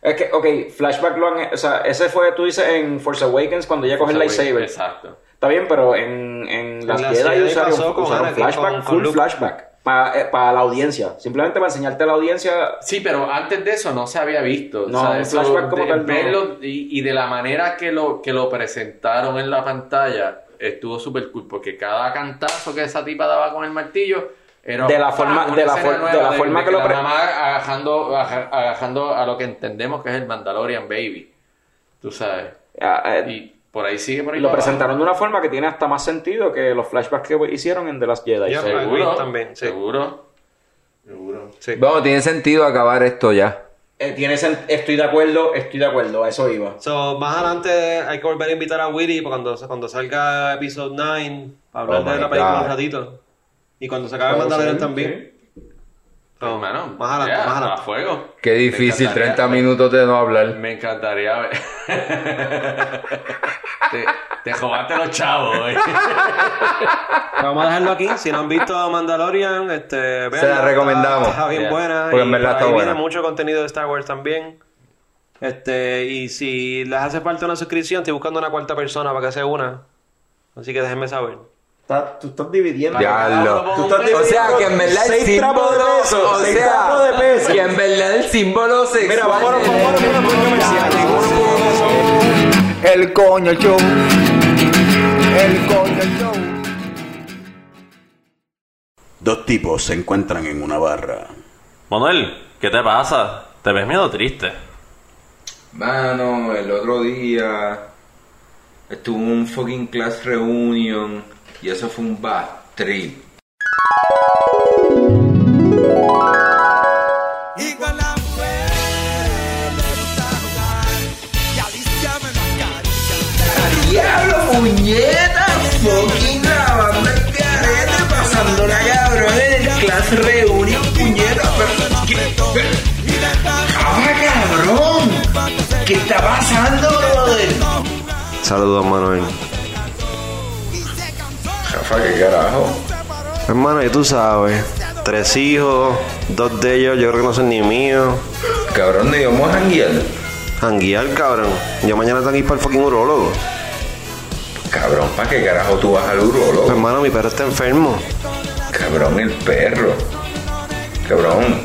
Es que, ok, flashback lo han... O sea, ese fue, tú dices, en Force Awakens cuando ya coge el lightsaber.
Exacto.
Está bien, pero en, en las
las
Jedi
Jedi
usaron,
pasó con
usaron
Anakin,
flashback,
con- con
full
Luke.
flashback. Para eh, la audiencia, simplemente para enseñarte a la audiencia
Sí, pero antes de eso no se había visto.
No,
O sea,
un
eso
flashback como
de-
tal, no.
verlo y, y de la manera que lo, que lo presentaron en la pantalla estuvo súper cool porque cada cantazo que esa tipa daba con el martillo era
De la
¡pam!
forma-
una
de la
escena
for-
nueva
de la forma que lo
la
pre-
mamá agajando, aja- agajando a lo que entendemos que es el Mandalorian Baby. Tú sabes.
Ah, eh,
Y por ahí sigue por ahí.
lo
para abajo.
presentaron de una forma que tiene hasta más sentido que los flashbacks que hicieron en The Last Jedi.
Yo-
So,
Seguro.
Agreed también, sí.
Seguro. Seguro.
Bueno, tiene sentido acabar esto ya.
eh, tiene sen- estoy de acuerdo, estoy de acuerdo, a eso iba.
So, más adelante hay que volver a invitar a Willy para cuando, cuando salga Episode 9 para hablar
Oh
de
my
la película
God.
un ratito. Y cuando se acabe Mandalorian también.
Pero,
No,
hermano,
más adelante,
ya,
más
a
adelante.
fuego.
Qué
Me
difícil,
encantaría-
30 minutos de no hablar.
Me encantaría ver. te, te jodaste los chavos, güey.
Vamos a dejarlo aquí. Si no han visto Mandalorian, este,
Se la recomendamos.
Está, está bien
Yeah.
buena.
Porque en
y
verdad
por
está
ahí
buena.
viene mucho contenido de Star Wars también. Este, y si les hace falta una suscripción, estoy buscando una cuarta persona para que se una. Así que déjenme saber.
Está- tú estás dividiendo.
Ya lo.
Tú estás
O sea,
dividiendo
que en verdad el
seis trapos de
símbolo.
peso,
O
seis trapos de
sea,
peso.
que en verdad el símbolo sexual.
Mira, vámonos,
del-
vámonos, vámonos, vámonos, vámonos.
El coño show. El coño show.
Dos tipos se encuentran en una barra.
Manuel, ¿qué te pasa? Te ves medio triste.
Mano, el otro día estuvo un fucking class reunion y eso fue un bad trip.
Y con la mujer le gusta jugar. Y Alicia me da
¡Diablo, puñeta! ¡Fucking grabando el carete! Pasándola cabrón en el class reunion, puñeta. Pero, ¿qué?
¡Ah, cabrón! ¿Qué está pasando, brother?
Saludos, Manuel.
Rafa, ¿qué carajo?
Hermano, y tú sabes, tres hijos, dos de ellos yo creo que no son ni míos.
Cabrón, ni vamos a janguear.
Anguiar, cabrón. Yo mañana tengo que ir para el fucking urólogo.
Cabrón, ¿para qué carajo tú vas al urólogo?
Hermano, mi perro está enfermo.
Cabrón, el perro. Cabrón,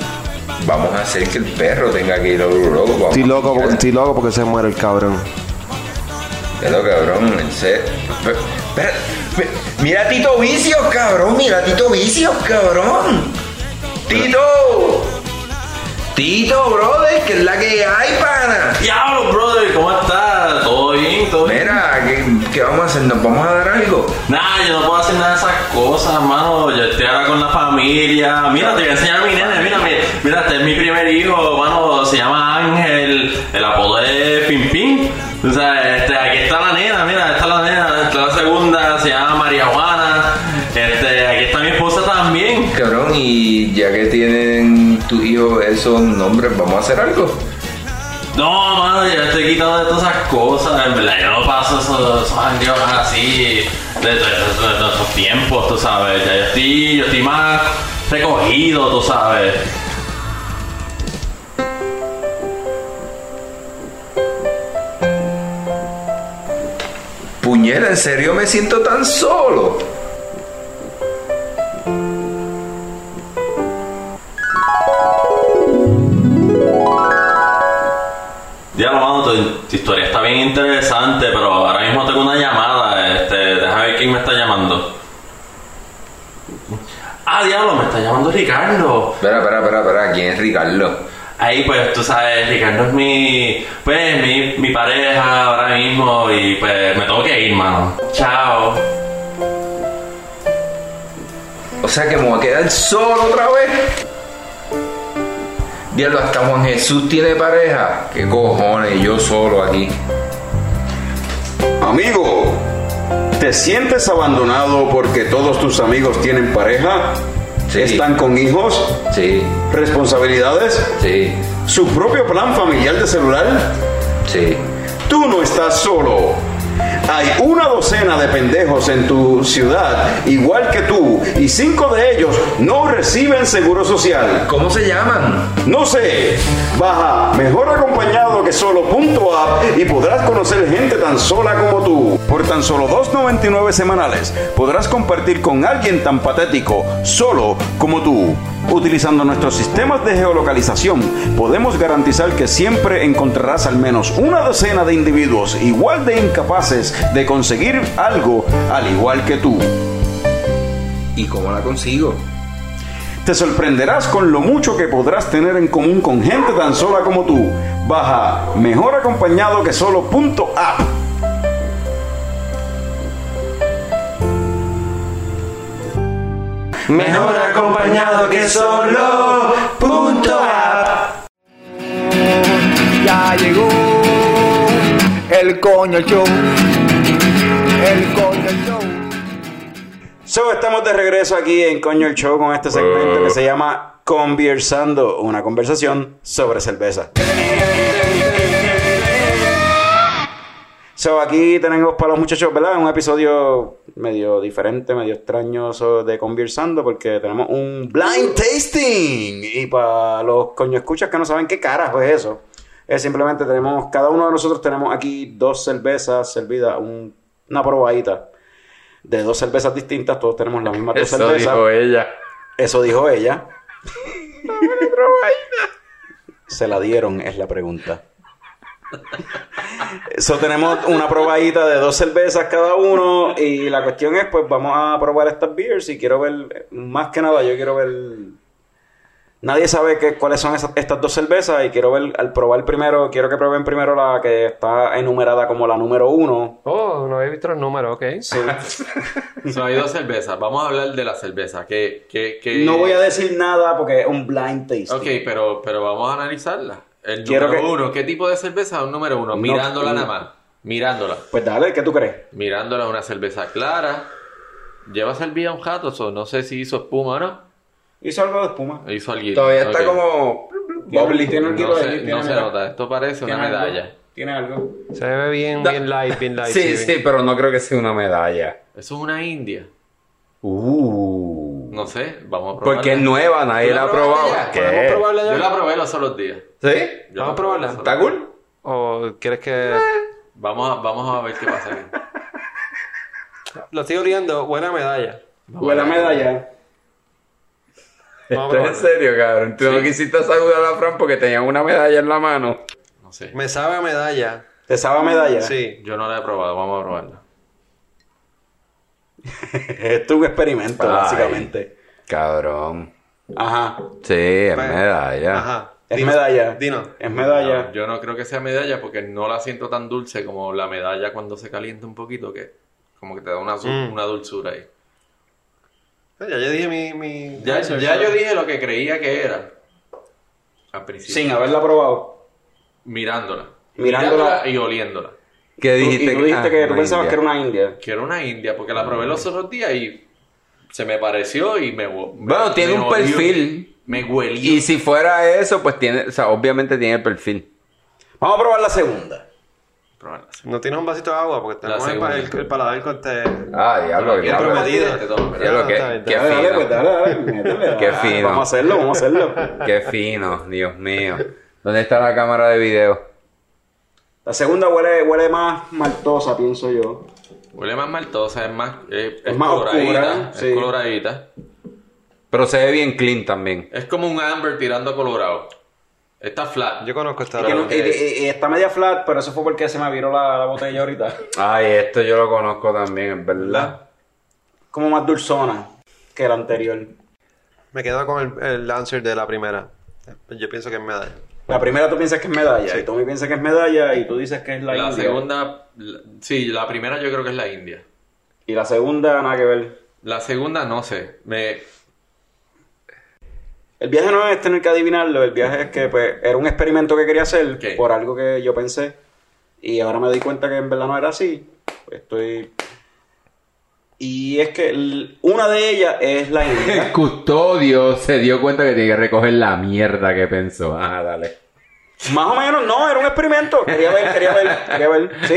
vamos a hacer que el perro tenga que ir al urólogo. vamos
Estoy
a
loco,
janguear.
porque- estoy loco porque se muere el cabrón.
Pero cabrón, en serio. Pero- pero- pero- Mira a Tito Vicios, cabrón. Mira a Tito Vicios, cabrón. Tito. Tito, brother, que es Pues, la que hay, pana.
Diablo, brother, ¿cómo estás? ¿Todo bien? ¿Todo bien?
Mira, que, ¿Qué vamos a hacer? ¿Nos vamos a dar algo?
Nah, yo no puedo hacer nada de esas cosas, mano. Yo estoy ahora con la familia. Mira, te voy a enseñar a mi nene. Mira, mi- mira, este es mi primer hijo, mano. Se llama Ángel. El apodo es Pim Pim. O sea, este, aquí está la nena, mira, está la nena. Está la segunda, se llama María Juana. Este, aquí está mi esposa también.
Cabrón, y ya que tienen tu hijo esos nombres, vamos a hacer algo.
No, mano, yo estoy quitado de todas esas cosas. En verdad, yo no paso esos, esos jangueos así de, de- de- de- de esos tiempos, tú sabes. Ya yo estoy, yo estoy más recogido, tú sabes.
Puñera, ¿en serio me siento tan solo?
Ya, mano, tu, tu historia está bien interesante, pero ahora mismo tengo una llamada. Este, déjame ver quién me está llamando. Ah, diablo, me está llamando Ricardo.
Espera, espera, espera, espera, ¿quién es Ricardo?
Ahí, pues, tú sabes, Ricardo es mi, pues, mi, mi pareja ahora mismo y, pues, me tengo que ir, mano. Chao.
O sea que me voy a quedar solo otra vez. Diablo, hasta Juan Jesús tiene pareja. ¿Qué cojones? Yo solo aquí.
Amigo, ¿te sientes abandonado porque todos tus amigos tienen pareja? ¿Están con hijos?
Sí.
¿Responsabilidades?
Sí.
¿Su propio plan familiar de celular?
Sí.
Tú no estás solo. Hay una docena de pendejos en tu ciudad, igual que tú, y cinco de ellos no reciben seguro social.
¿Cómo se llaman?
No sé. Baja mejor acompañado que solo.app y podrás conocer gente tan sola como tú. Por tan solo 2.99 semanales podrás compartir con alguien tan patético, solo como tú. Utilizando nuestros sistemas de geolocalización, podemos garantizar que siempre encontrarás al menos una docena de individuos igual de incapaces de conseguir algo al igual que tú.
¿Y cómo la consigo?
Te sorprenderás con lo mucho que podrás tener en común con gente tan sola como tú. Baja mejor acompañado que solo.app.
Mejor acompañado que solo. Punto
Ya llegó el coño show. El coño show.
So, estamos de regreso aquí en Coño el Show con este segmento que se llama Conversando, una conversación sobre cerveza. So, aquí tenemos para los muchachos, ¿verdad? Un episodio medio diferente, medio extraño so, de Conversando porque tenemos un blind tasting. Y para los coño escuchas que no saben qué carajo es eso, es simplemente tenemos, cada uno de nosotros tenemos aquí dos cervezas servidas, un- una probadita de dos cervezas distintas, todos tenemos las mismas dos
Eso
cervezas.
dijo ella.
Eso dijo ella. Se la dieron, es la pregunta. Eso tenemos una probadita de dos cervezas cada uno. Y la cuestión es, pues vamos a probar estas beers. Y quiero ver, más que nada, yo quiero ver. Nadie sabe qué- cuáles son esas- estas dos cervezas. Y quiero ver, al probar primero, quiero que prueben primero la que está enumerada como la número uno.
Oh, no había visto los números, ok.
So, hay dos cervezas. Vamos a hablar de la cerveza. Que, que, que...
No voy a decir nada porque es un blind taste.
Ok, pero, pero vamos a analizarla. El
Quiero
número
que-
uno. ¿Qué tipo de cerveza es un número uno?
No,
Mirándola
no.
nada más. Mirándola.
Pues dale, ¿qué tú crees?
Mirándola una cerveza clara. Lleva servida un jato, so no sé si hizo espuma o no.
Hizo algo de espuma.
Hizo alguito.
Todavía está
Ok.
como.
Bubbly, tiene el
No
kilo de
se, no se nota, esto parece una medalla.
Tiene algo.
Se ve bien, bien light, bien light.
Sí, sí, pero no creo que sea una medalla.
Eso es una india.
Uh.
No sé, vamos a probarla.
Porque es nueva, nadie
¿Tú
la ha
probaste
probado.
ya?
¿Podemos
¿Qué?
probarla
Yo
ya?
la probé los otros días.
¿Sí?
Yo
Vamos a
la probé
probarla.
los otros
¿Está cool?
¿O quieres que...?
días. Vamos a, vamos a ver qué pasa aquí.
Lo estoy oliendo. Buena medalla.
Huele a medalla.
¿Estás en
Vamos a probarla.
serio, cabrón? Tú no quisiste saludar a Fran porque tenían una medalla en la mano.
No sé.
Me sabe a medalla.
¿Te sabe a medalla?
Sí.
Yo no la he probado, vamos a probarla.
Es tu experimento,
Ay.
básicamente.
Cabrón.
Ajá.
Sí, es
Bueno,
medalla.
Ajá.
Es
Dino,
medalla.
Dino.
Es medalla.
yo no creo que sea medalla porque no la siento tan dulce como la medalla cuando se calienta un poquito, que como que te da una, su-
Mm.
una dulzura ahí.
Ya yo dije mi. mi
Ya,
research,
ya
¿no?
yo dije lo que creía que era. Al principio.
Sin haberla probado.
Mirándola.
Mirándola.
y oliéndola.
¿Qué dijiste?
Y tú dijiste
Ah,
que tú
una
pensabas
india.
que era una india.
Que era una india porque la probé los otros días y se me pareció y me... me-
Bueno, tiene
me
un
olió.
perfil.
Me huelí.
Y si fuera eso, pues tiene, o sea, obviamente tiene el perfil.
Vamos a probar la segunda.
No tienes un vasito de agua porque tenemos el,
segunda.
pa- el, el paladar con te.
Ah, diablo,
Bien
diablo.
prometido. Ah,
Diablo, qué-
Está bien, está
qué
Dale, dale,
fino.
pues, dale, dale, métele,
Qué
Ah,
dale.
fino.
Vamos a hacerlo, vamos a hacerlo.
Qué fino, Dios mío. ¿Dónde está la cámara de video?
La segunda huele, huele más maltosa, pienso yo.
Huele más maltosa, es más... eh, es,
Es más oscura,
coloradita.
sí.
Es coloradita.
Pero se ve bien clean también.
Es como un amber tirando a colorado. Está flat.
Yo conozco esta.
Y que no-
¿qué
y-
es?
y- y está media flat, pero eso fue porque se me viró la, la botella ahorita.
Ay, esto yo lo conozco también, es verdad.
Como más dulzona que la anterior.
Me quedo con el, el answer de la primera. Yo pienso que es medalla.
La primera tú piensas que es medalla, y Tommy piensa que es medalla, y tú dices que es la,
La,
india.
segunda... la- sí, la primera yo creo que es la india.
Y la segunda, nada que ver.
La segunda no sé. Me,
El viaje no es tener que adivinarlo, el viaje es que pues, era un experimento que quería hacer
Ok.
por algo que yo pensé, y ahora me di cuenta que en verdad no era así. Estoy. Y es que l- una de ellas es la
El
india.
custodio se dio cuenta que tenía que recoger la mierda que pensó. Ah, dale.
Más o menos, no, era un experimento. Quería ver, quería ver, quería ver, sí.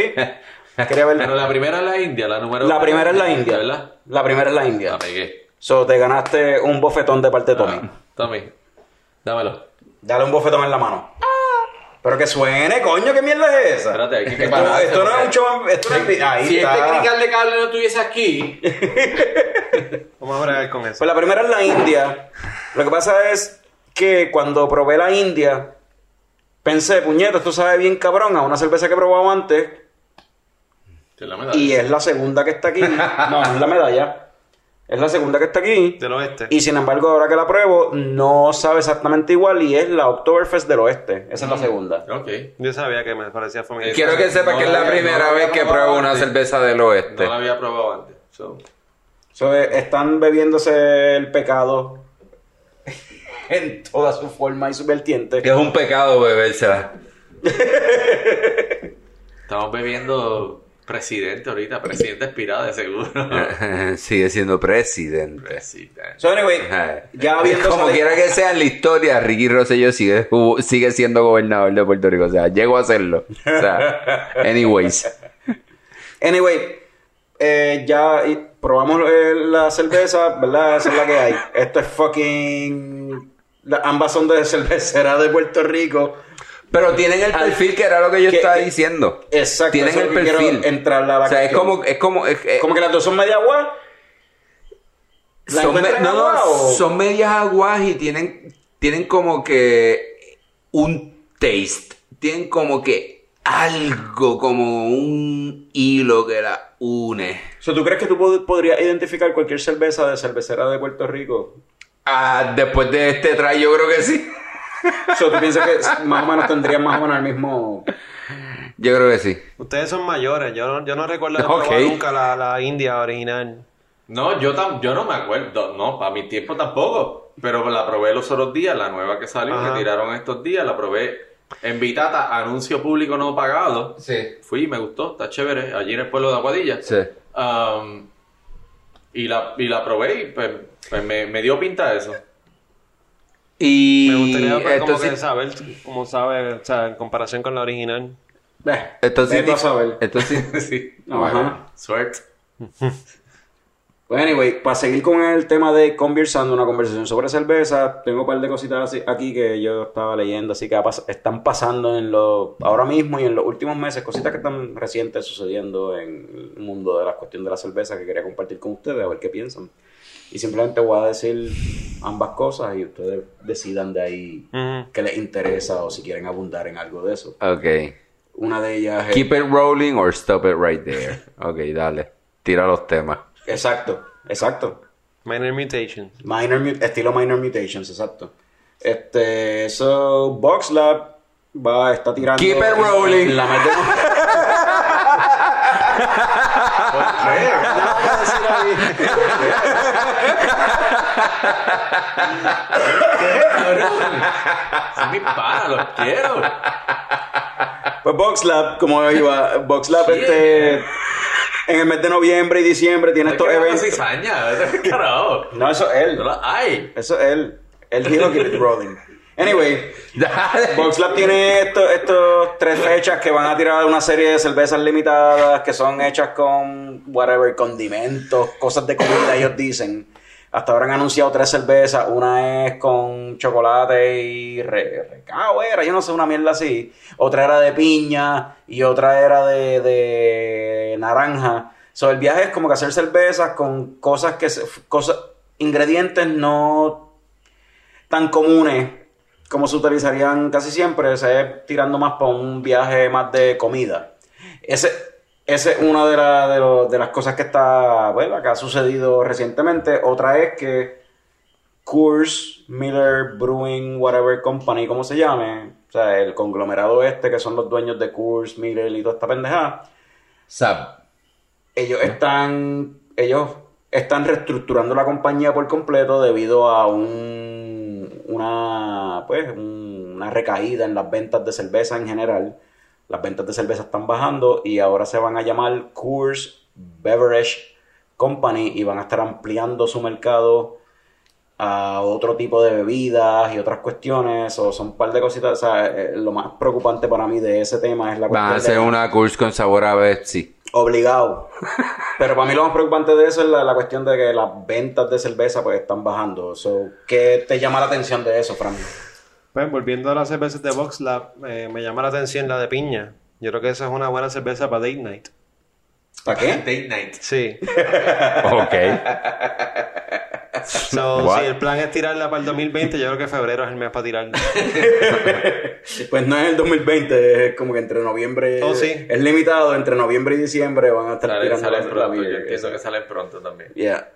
Pero
Quería ver.
la primera es la India, la número
La primera es la india.
¿Verdad?
La primera es la india.
La pegué.
So, te ganaste un bofetón de parte de Tommy.
Ah, Tommy, dámelo.
Dale un bofetón en la mano. Pero que suene, coño, ¿qué mierda es esa?
Espérate, hay que-
esto, no- esto no es un show, esto no es... Ahí
si este
está.
crical de cable no estuviese aquí,
Vamos a bregar con eso.
Pues la primera es la India. Lo que pasa es que cuando probé la India, pensé, puñeto, esto sabe bien cabrón a una cerveza que he probado antes
te la me da.
y es la segunda que está aquí. No, no es la medalla. Es la segunda que está aquí.
Del oeste.
Y sin embargo, ahora que la pruebo, no sabe exactamente igual y es la Oktoberfest del Oeste. Esa es la segunda.
Ok.
Yo sabía que me parecía familiar.
Quiero que sepa
No
que es
la
la
había- no
primera
la
vez
había
que
probado
pruebo una
antes.
cerveza del
No
oeste.
la había probado antes. so.
So, eh, están bebiéndose el pecado en toda su forma y su vertiente.
Que es un pecado bebérsela.
Estamos bebiendo presidente ahorita, presidente expirada de seguro.
Eh.
Sigue siendo presidente.
presidente.
So, anyway,
Ajá.
ya habiendo
Como
sali-
quiera que sea en la historia, Ricky Rosselló sigue, ju- sigue siendo gobernador de Puerto Rico. O sea, llego a hacerlo. O sea, anyways.
Anyway, eh, ya eh, probamos eh, la cerveza, ¿verdad? Esa es la que hay. Esto es fucking. la- ambas son de cervecera de Puerto Rico.
Pero tienen el perfil que era lo que yo
que-
estaba
que-
diciendo.
Exacto,
Tienen
eso es
el
lo que
perfil.
quiero entrarle a la
o sea, es
cuestión.
como, es como, es- es-
Como que las dos son media agua. ¿La
son,
encuentran
me- no, no,
agua o-
son medias aguas y tienen, tienen como que un taste. Tienen como que algo, como un hilo que la une.
So, ¿Tú crees que tú pod- podrías identificar cualquier cerveza de cervecera de Puerto Rico?
Ah, después de este try, yo creo que sí.
So, ¿Tú piensas que más o menos tendrían más o menos el mismo.
Yo creo que sí.
Ustedes son mayores. Yo no, yo no recuerdo haber
Ok.
probado nunca la, la India original.
No, yo, tam- yo no me acuerdo. No, para mi tiempo tampoco. Pero la probé los otros días, la nueva que salió,
Ajá.
que tiraron estos días, la probé en Vitata, anuncio público no pagado.
Sí.
Fui, y me gustó, está chévere, allí en el pueblo de Aguadilla.
Sí.
Am, y, la, y la probé y pues, pues me, me dio pinta eso.
Y
Me gustaría pues, como
entonces-
que saber cómo sabe, o sea, en comparación con la original.
Eh,
esto sí
vete a
di-
saber.
esto sí-
sí.
Ajá.
Suerte.
Pues anyway, para seguir con el tema de conversando, una conversación sobre cerveza, tengo un par de cositas así- aquí que yo estaba leyendo, así que ha pas- están pasando en lo, ahora mismo y en los últimos meses, cositas que están recientes sucediendo en el mundo de la cuestión de la cerveza que quería compartir con ustedes, a ver qué piensan. Y simplemente voy a decir ambas cosas y ustedes decidan de ahí
Ujú.
qué les interesa o si quieren abundar en algo de eso.
Ok.
Una de ellas es...
Keep it rolling or stop it right there. Ok, dale. Tira los temas.
Exacto, exacto.
Minor Mutations.
Minor mu- estilo Minor Mutations, exacto. Este, so, Box Lab va, está tirando.
Keep it rolling.
La mete-
Son mis panas, los quiero.
Pues Box Lab, como iba, Box Lab, este, en el mes de noviembre y diciembre tiene estos
Esto
eventos.
es cizaña. Carajo.
No, eso es él.
No la hay.
Eso es él. El Hero Keep It Rolling. Anyway, Box Lab tiene estos estos tres fechas que van a tirar una serie de cervezas limitadas que son hechas con whatever, condimentos, cosas de comida, ellos dicen. Hasta ahora han anunciado tres cervezas. Una es con chocolate y re- recao, era, yo no sé, una mierda así. Otra era de piña y otra era de, de naranja. So, el viaje es como que hacer cervezas con cosas que se- cosas, ingredientes no tan comunes como se utilizarían casi siempre, o sea, es tirando más para un viaje más de comida. Ese, esa es una de, la- de, lo- de las cosas que está, bueno, que ha sucedido recientemente. Otra es que Coors, Miller, Brewing, whatever company, como se llame, o sea, el conglomerado este que son los dueños de Coors, Miller y toda esta pendejada,
Sab.
ellos están ellos están reestructurando la compañía por completo debido a un una pues un- una recaída en las ventas de cerveza en general las ventas de cerveza están bajando y ahora se van a llamar Coors Beverage Company y van a estar ampliando su mercado a otro tipo de bebidas y otras cuestiones o son un par de cositas o sea, eh, lo más preocupante para mí de ese tema es la
Van a
cuestión
hacer
de-
una course con sabor a Betsy.
Obligado. Pero para mí lo más preocupante de eso es la, la cuestión de que las ventas de cerveza pues están bajando. So, ¿Qué te llama la atención de eso, Fran?
Pues volviendo a las cervezas de Box Lab, eh, me llama la atención la de piña. Yo creo que esa es una buena cerveza para date night.
¿Para qué?
Date night.
Sí.
Ok.
So,
What?
si el plan es tirarla para el 2020, yo creo que febrero es el mes para tirarla.
Pues no es el 2020, es como que entre noviembre...
Oh, sí.
Es limitado, entre noviembre y diciembre van a estar
Salen,
tirando la,
salen
la
pronto. Yo
beer.
entiendo que salen pronto también.
Yeah.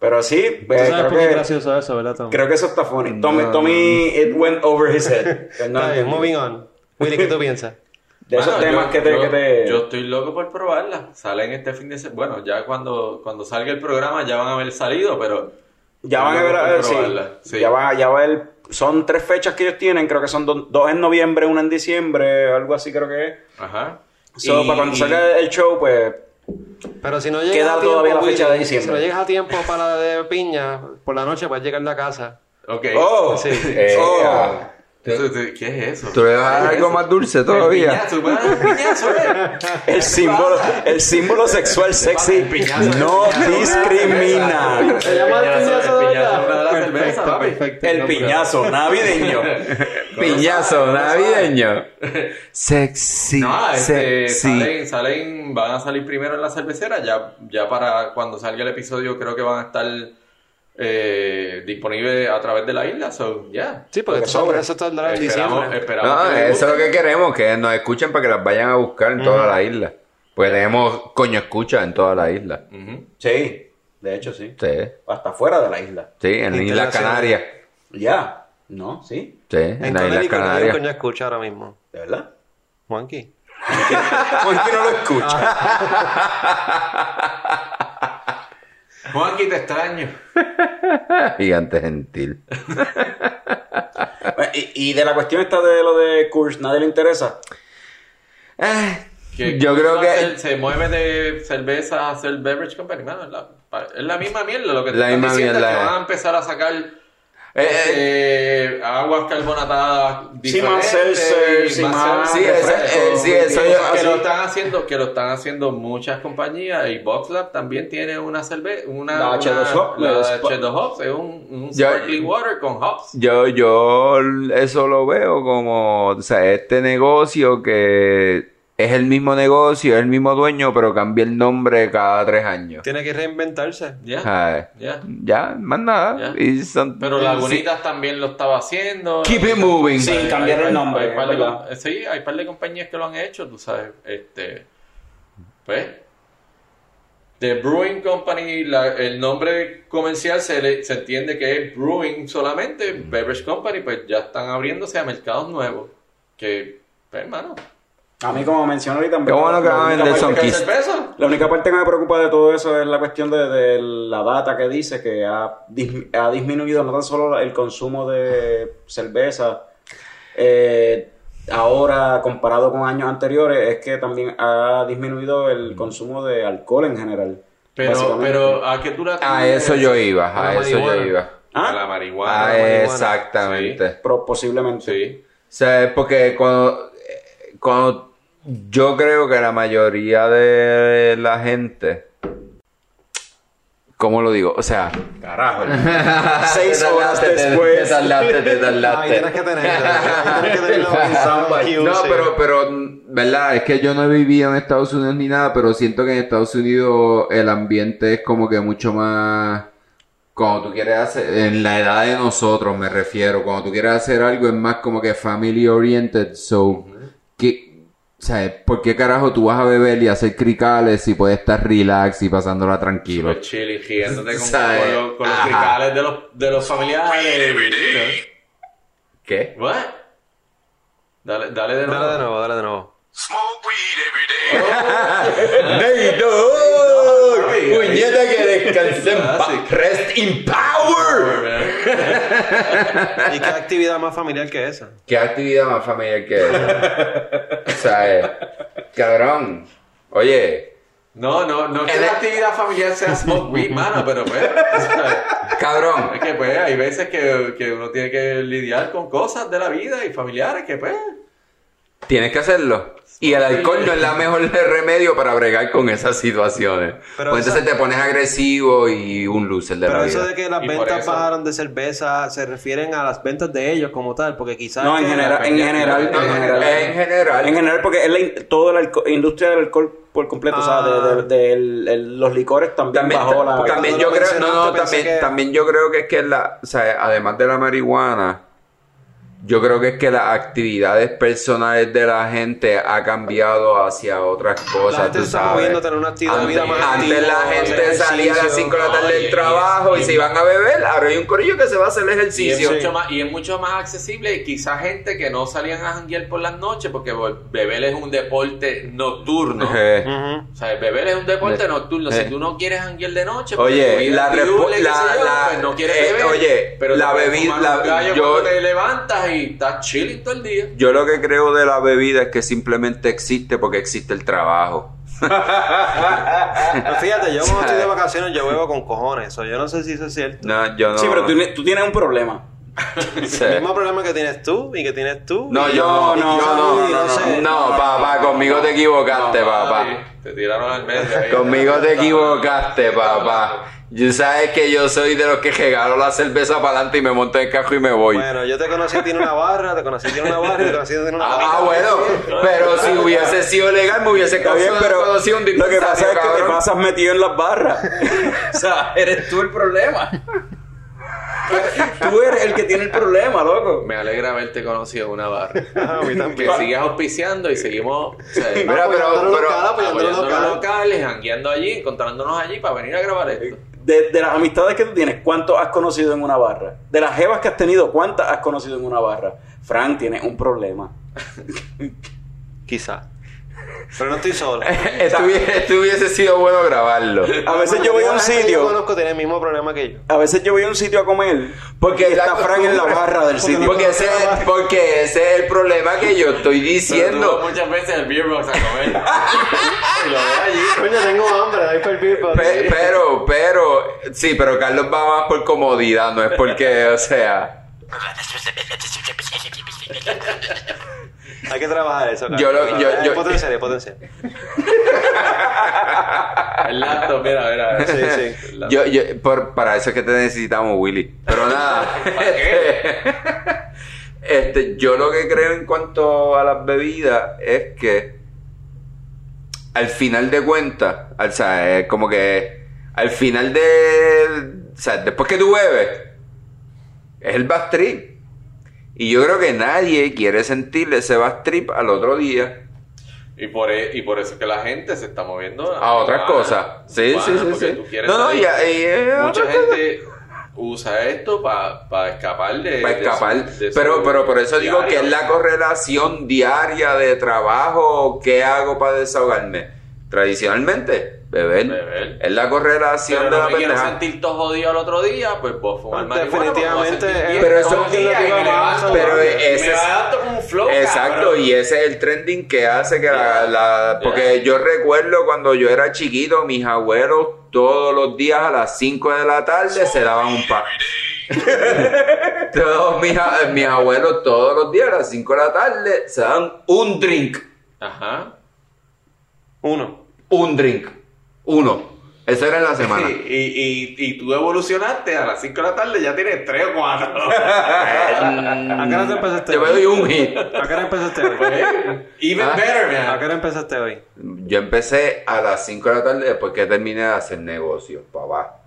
Pero sí,
Tú
pues,
sabes
creo,
por qué es
que,
gracioso eso, ¿verdad, Tom?
creo que eso está funny. Tommy, Tommy, it went over his head. No,
Está bien, moving on. Willy, ¿qué tú piensas?
de esos
Mano,
temas
yo-
que te...
yo-
que te-
Yo estoy loco por probarla. Salen este fin de semana. Bueno, ya cuando, cuando salga el programa ya van a haber salido, pero.
Ya van a ver,
Tengo que
a ver, sí.
comprobarla, sí.
Ya va, ya va el. Son tres fechas que ellos tienen, creo que son do- dos en noviembre, una en diciembre, algo así creo que es.
Ajá.
So,
Y-
para cuando salga el show, pues.
Pero si no llegas
Queda
a tiempo,
todavía la fecha de
Willy,
diciembre.
Si no llegas a tiempo para la de piña, por la noche puedes llegar a la casa.
Ok.
¡Oh!
Sí.
Eh,
Oh.
ah,
Eso- ¿Qué es eso?
¿Tú le vas a dar algo más dulce todavía?
El piñazo, vas a dar un piñazo, eh.
El símbolo, el símbolo sexual sexy no discrimina.
Se llama el piñazo
piñazo,
de
una de
verdad.
las cervezas,
Perfecto,
papi.
perfecto.
El
No,
piñazo navideño.
Piñazo navideño. Sexy.
No, este,
sexy.
salen, salen, van a salir primero en la cervecera. Ya, ya para cuando salga el episodio, creo que van a estar eh, disponibles a través de la isla. So, ya.
Sí, porque
Porque
eso,
sobra.
eso saldrá en
Esperamos,
diciembre.
esperamos
No,
que les
eso es lo que queremos, que nos escuchen para que las vayan a buscar en toda la isla. Porque tenemos coño escucha en toda la isla.
guste. Ujú.
Sí, de hecho sí.
Sí,
Hasta fuera de la isla.
sí, en la isla
Internacional.
Canarias.
Ya. ¿No? ¿Sí?
Sí, en
En
la isla
Connecticut nadie coño
Canarias.
escucha ahora mismo.
¿De verdad?
Juanqui.
¿Por qué no lo escucha?
Juanqui, te extraño.
Gigante gentil.
Eh, Y, y de la cuestión esta de lo de Kurz, nadie le interesa.
Eh,
Que
yo creo que
se, se mueve de cerveza a hacer beverage company. mano, es, la, pa- es la misma mierda lo que te
La
están
misma
diciendo.
mierda,
que
eh.
van a empezar a sacar eh, aguas carbonatadas
Sí, más
diferentes,
seltzer,
y
sí,
más
más
seltzer,
refresco,
eh,
sí, eso
que,
yo-
que lo
así-
están haciendo, que lo están haciendo muchas compañías. Y BoxLab también tiene una cerveza, una
La
una-
H2 Hop,
la
la
de
Sp-
H2 Hops, es un, un
Ya-
sparkling water con hops.
yo, yo eso lo veo como, o sea, este negocio que es el mismo negocio, es el mismo dueño, pero cambia el nombre cada tres años.
Tiene que reinventarse.
Ya,
Ah,
ya.
Ya, más nada.
Ya.
Y son-
Pero
sí.
Lagunitas también lo estaba haciendo.
Keep it moving.
Sí.
Hay-
cambiar
hay-
el nombre,
hay
es
par de
verdad.
com- sí, hay par de compañías que lo han hecho, tú sabes. Este, pues, The Brewing Company, la- el nombre comercial se, le- se entiende que es Brewing solamente,
Mm.
Beverage Company, pues ya están abriéndose a mercados nuevos. Que, pues, hermano,
A mí, como mencioné ahorita, en
Qué bueno que
la
va a
única
vender
parte
Son
que-
Kiss.
cerveza.
La única parte que me preocupa de todo eso es la cuestión de, de la data que dice que ha, dis- ha disminuido no tan solo el consumo de cerveza eh, ahora comparado con años anteriores, es que también ha disminuido
Mm.
el consumo de alcohol en general.
Pero,
básicamente.
pero, ¿a qué tú la
A eso yo iba,
A
a
la
eso yo
marihuana.
iba.
A
¿Ah?
la marihuana.
Ah,
a la marihuana.
exactamente.
Pro- posiblemente.
Sí.
O sea, es porque cuando, eh, cuando yo creo que la mayoría de la gente, ¿cómo lo digo? O sea,
Carajo.
seis
horas después.
Te tardaste, te
Ahí tienes
tardaste.
que tenerlo. ahí Tienes que tenerlo en soundbite.
No, pero, pero, ¿verdad? Es que yo no he vivido en Estados Unidos ni nada, pero siento que en Estados Unidos el ambiente es como que mucho más... Cuando tú quieres hacer, en la edad de nosotros me refiero, cuando tú quieres hacer algo es más como que family oriented, so, que, o sea, ¿por qué carajo tú vas a beber y hacer cricales si puedes estar relax y pasándola tranquilo?
Pues chilling, riéndote con,
¿Sabes?
con los, con los
Ajá.
cricales de los, de los familiares.
¿Qué?
What? Dale, dale de nuevo.
Dale de nuevo, dale de nuevo.
¡Puñeta que descansen!
Ah,
¡Rest in power!
¿Y qué actividad más familiar que esa?
¿Qué actividad más familiar que esa? o sea, eh, cabrón. Oye,
No, no, no es que la actividad familiar sea smoke weed, mano, pero pues, o sea,
cabrón.
es que pues hay veces que, que uno tiene que lidiar con cosas de la vida y familiares que pues,
Tienes que hacerlo. Y el alcohol no es la mejor remedio para bregar con esas situaciones.
Pero
Pues
esa-
entonces te pones agresivo y un loser de
Pero
la
eso
vida.
de que las
Y por
ventas
eso-
bajaron de cerveza, ¿se refieren a las ventas de ellos como tal? Porque quizás...
No, en
que-
general, en general, en
No, no,
general.
en general.
En general, porque es la in- toda la alco- industria del alcohol por completo,
Ah.
o sea, de, de- de- el- el- los licores también,
También,
bajó la...
también
cuando
yo
lo
creo, no, no,
mencionaste, pensé
también,
que-
también yo creo que es que la, o sea, además de la marihuana, yo creo que es que las actividades personales de la gente ha cambiado hacia otras
La
cosas, tú
gente se está
sabes.
moviendo, tener una actividad de
Antes,
vida más
antes
activa,
la
hacer
gente salía a las
ejercicio.
5 de la tarde
No,
del
y-
trabajo y,
y-
se iban a beber. Ahora hay un corillo que se va a hacer el
y, es
ejercicio.
mucho más, y es mucho más accesible y quizás gente que no salían a janguear por las noches porque pues, beber es un deporte nocturno.
Ujú.
Ujú.
O sea, beber es un deporte
Eh,
nocturno.
eh.
Si tú no quieres janguear de noche, pues, tu
Oye,
vida
la
es
respu-
libre, qué
la,
sé yo,
la-
pues, no quieres
eh,
beber.
oye,
pero
la
te puedes
bebida,
fumar un
la,
gallo
yo,
cuando te levantas y estás chilling todo el día.
Yo lo que creo de la bebida es que simplemente existe porque existe el trabajo.
Pero fíjate, yo cuando estoy de vacaciones yo bebo con cojones. o yo no sé si eso es cierto.
No, yo no.
Sí, pero tú, tú tienes un problema.
Sí.
El mismo problema que tienes tú y que tienes tú.
No,
y-
yo no,
y
no,
quizás
no,
tú,
no,
y
no,
sé.
no, papá, conmigo te equivocaste, papá.
Ay, Te tiraron al medio. ahí.
Conmigo te equivocaste, papá. Yo sabes que yo soy de los que regalo la cerveza para adelante y me monto en el cajo y me voy.
Bueno, yo te conocí, tiene una barra, te conocí, tiene una barra, y te conocí, tiene una barra.
Ah, ah, bueno, pero si hubiese sido legal me hubiese
Está bien,
causado-
pero
conocido un
lo que pasa es que te
cabrón.
pasas metido en las barras. o sea, eres tú el problema. tú eres el que tiene el problema, loco.
Me alegra haberte conocido en una barra.
A mí
que
también.
sigas auspiciando y seguimos o sea,
Mira, pero,
Apoyándolo
pero,
local, apoyándolo
apoyando
local.
los locales, jangueando allí, encontrándonos allí para venir a grabar esto.
De, de las amistades que tú tienes, ¿cuántos has conocido en una barra? De las jevas que has tenido, ¿cuántas has conocido en una barra? Frank, tienes un problema.
Quizá. Pero no estoy solo.
Estuviese, estuviese sido bueno grabarlo.
A veces yo voy a un
La gente que Yo
sitio,
conozco tiene el mismo problema que yo.
a veces yo voy a un sitio a comer porque
la
está Frank en la
costumbre-
barra del sitio.
Porque ese, es- porque ese es el problema que yo estoy
Pero tú
diciendo.
vas muchas veces al beer box a comer. y lo ves allí.
Coño, tengo hambre, ahí fue el beer
Pe- Eh, pero, pero, sí, pero Carlos va más por comodidad, no es porque, o sea,
Hay que trabajar eso, cara.
Yo lo- yo- yo- eh.
Potencial, hay potencial.
El laptop, mira, mira.
Sí, sí.
El laptop.
yo, yo- por- para eso es que te necesitamos, Willy. Pero nada, este, este, yo lo que creo en cuanto a las bebidas es que al final de cuentas, o sea, es como que al final de, o sea, después que tú bebes, es el bad trip. Y yo creo que nadie quiere sentir ese bad trip al otro día.
Y por, e- y por eso es que la gente se está moviendo
A otras cosas. Sí, sí, sí, sí. No, no, y a- y a-
Mucha
otras
gente usa esto para escapar de.
para
de su-
escapar.
de su
pero, pero por eso digo que
diario.
es la correlación diaria de trabajo. ¿Qué hago para desahogarme? Tradicionalmente, beber. Es la correlación
Pero
de
no
la
me quiero
pendeja.
sentir todo jodido al otro día, pues vos fumar marihuana.
Definitivamente,
Definitivamente.
eh,
Pero eso
todo el día
pero
que me levanto,
pero
me
ese es-
levanto con un flow,
Exacto,
cabrón.
y ese es el trending que hace que la, la- porque yo recuerdo cuando yo era chiquito, mis abuelos todos los días a las 5 de la tarde se daban un pack. todos mis, a- mis abuelos todos los días a las 5 de la tarde se dan un drink.
Ajá.
Uno.
Un drink. Uno. Eso era en la semana.
Sí, y, y, y tú evolucionaste a las 5 de la tarde, ya tienes 3 o 4.
¿A qué hora te empezaste
Yo me doy un hit.
¿A pues. qué hora empezaste hoy?
Even
Ah.
better, man.
¿A qué hora empezaste hoy?
Yo empecé a las 5 de la tarde después que terminé de hacer negocios, papá.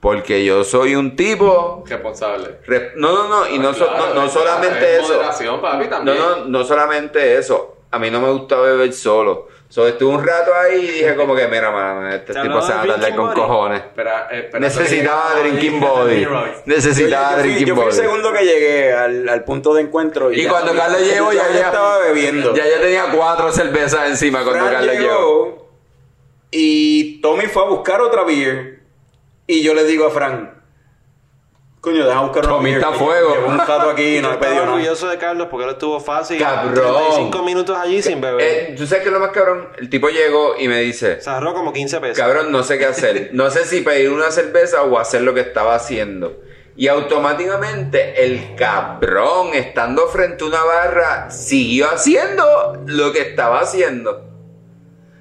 Porque yo soy un tipo.
Responsable.
re- No, no, no, y no, so-
Claro,
no, no
es-
solamente
es
eso.
moderación, papi,
No,
también.
no, no solamente eso. A mí no me gusta beber solo. So, estuve un rato ahí y dije como que, mira, mano, este
¿Te
tipo
hablaba
se va a
de
tardar
Drinking
con
Buddy?
cojones.
Espera, espera,
Necesitaba
espera.
drinking
Espera,
body.
espera, espera.
Necesitaba
yo, fui-
drinking
yo fui el
body.
segundo que llegué al, al punto de encuentro.
Y
ya-
cuando Carlos llegó ya,
yo estaba bebiendo.
Ya yo tenía cuatro cervezas encima cuando
Fran
Carlos
llegó,
llegó.
y Tommy fue a buscar otra beer y yo le digo a Fran coño deja buscar una
Tommy
beer
está
que
fuego.
llevo un rato aquí
Yo
y no le he
estaba
pedido nada
orgulloso de Carlos porque él estuvo fácil.
Cabrón.
35 minutos allí sin beber.
Eh, ¿Tú sabes qué es lo más cabrón? El tipo llegó y me dice,
Se ahorró como 15 pesos.
cabrón, no sé qué hacer. No sé si pedir una cerveza o hacer lo que estaba haciendo. Y automáticamente el cabrón, estando frente a una barra, siguió haciendo lo que estaba haciendo.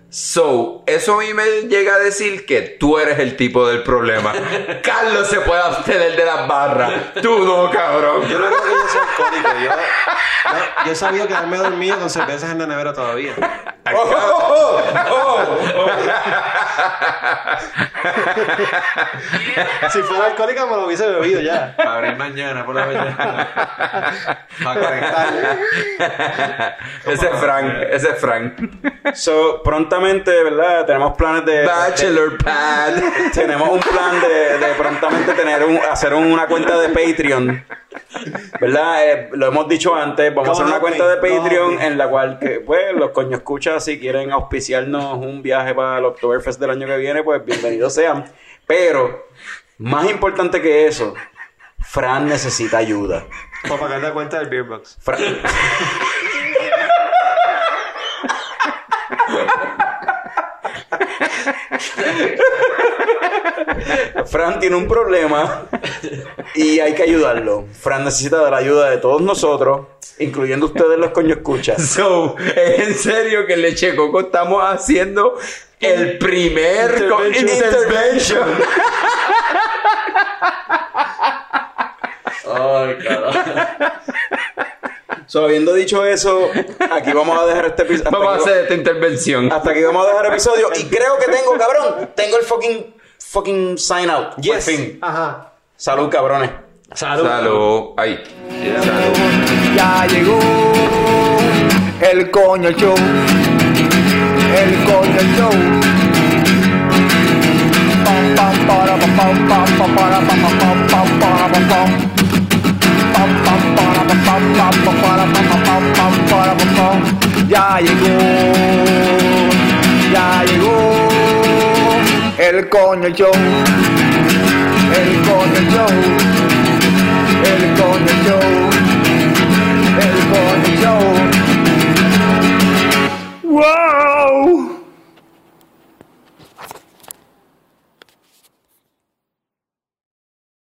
So, eso a mí me llega a decir que tú eres el tipo del problema. Carlos se puede abstener de las barras. Tú no, cabrón.
Yo no creo que yo sea alcohólico. Yo, yo, yo he sabido quedarme dormido con cervezas en la nevera todavía. Si fuera alcohólica me lo hubiese bebido ya.
Abrir mañana por la mañana. Para conectar.
Ese es Frank, ese es Frank.
So, prontamente verdad tenemos planes de
Bachelor pad.
tenemos un plan de, de prontamente tener un, hacer una cuenta de Patreon verdad Eh, lo hemos dicho antes vamos a hacer una cuenta de Patreon en la cual que pues los coño escuchas si quieren auspiciarnos un viaje para el Oktoberfest del año que viene pues bienvenidos sean pero más importante que eso Fran necesita ayuda
Para pagar la cuenta del beer box.
Fran, Fran tiene un problema y hay que ayudarlo. Fran necesita de la ayuda de todos nosotros, incluyendo ustedes los coño escuchas.
So, es en serio que le Checoco estamos haciendo el primer co-
Intervention.
intervention.
Ay, carajo.
So, habiendo dicho eso, aquí vamos a dejar este episodio.
Vamos a hacer esta intervención.
Hasta aquí vamos a dejar el episodio. Y creo que tengo, cabrón, tengo el fucking, fucking sign out. Por fin.
Ajá.
Salud, cabrones.
Salud. Ay. Salud.
Ya llegó el coño show. El coño show. Pam pam para pam pam pam pam para pam pam pam pam para pam pam. Pam pam para pam pam pam pam para pam pam pam pam para pam pam. Ya llegó. Ya llegó el coño show. El coño show.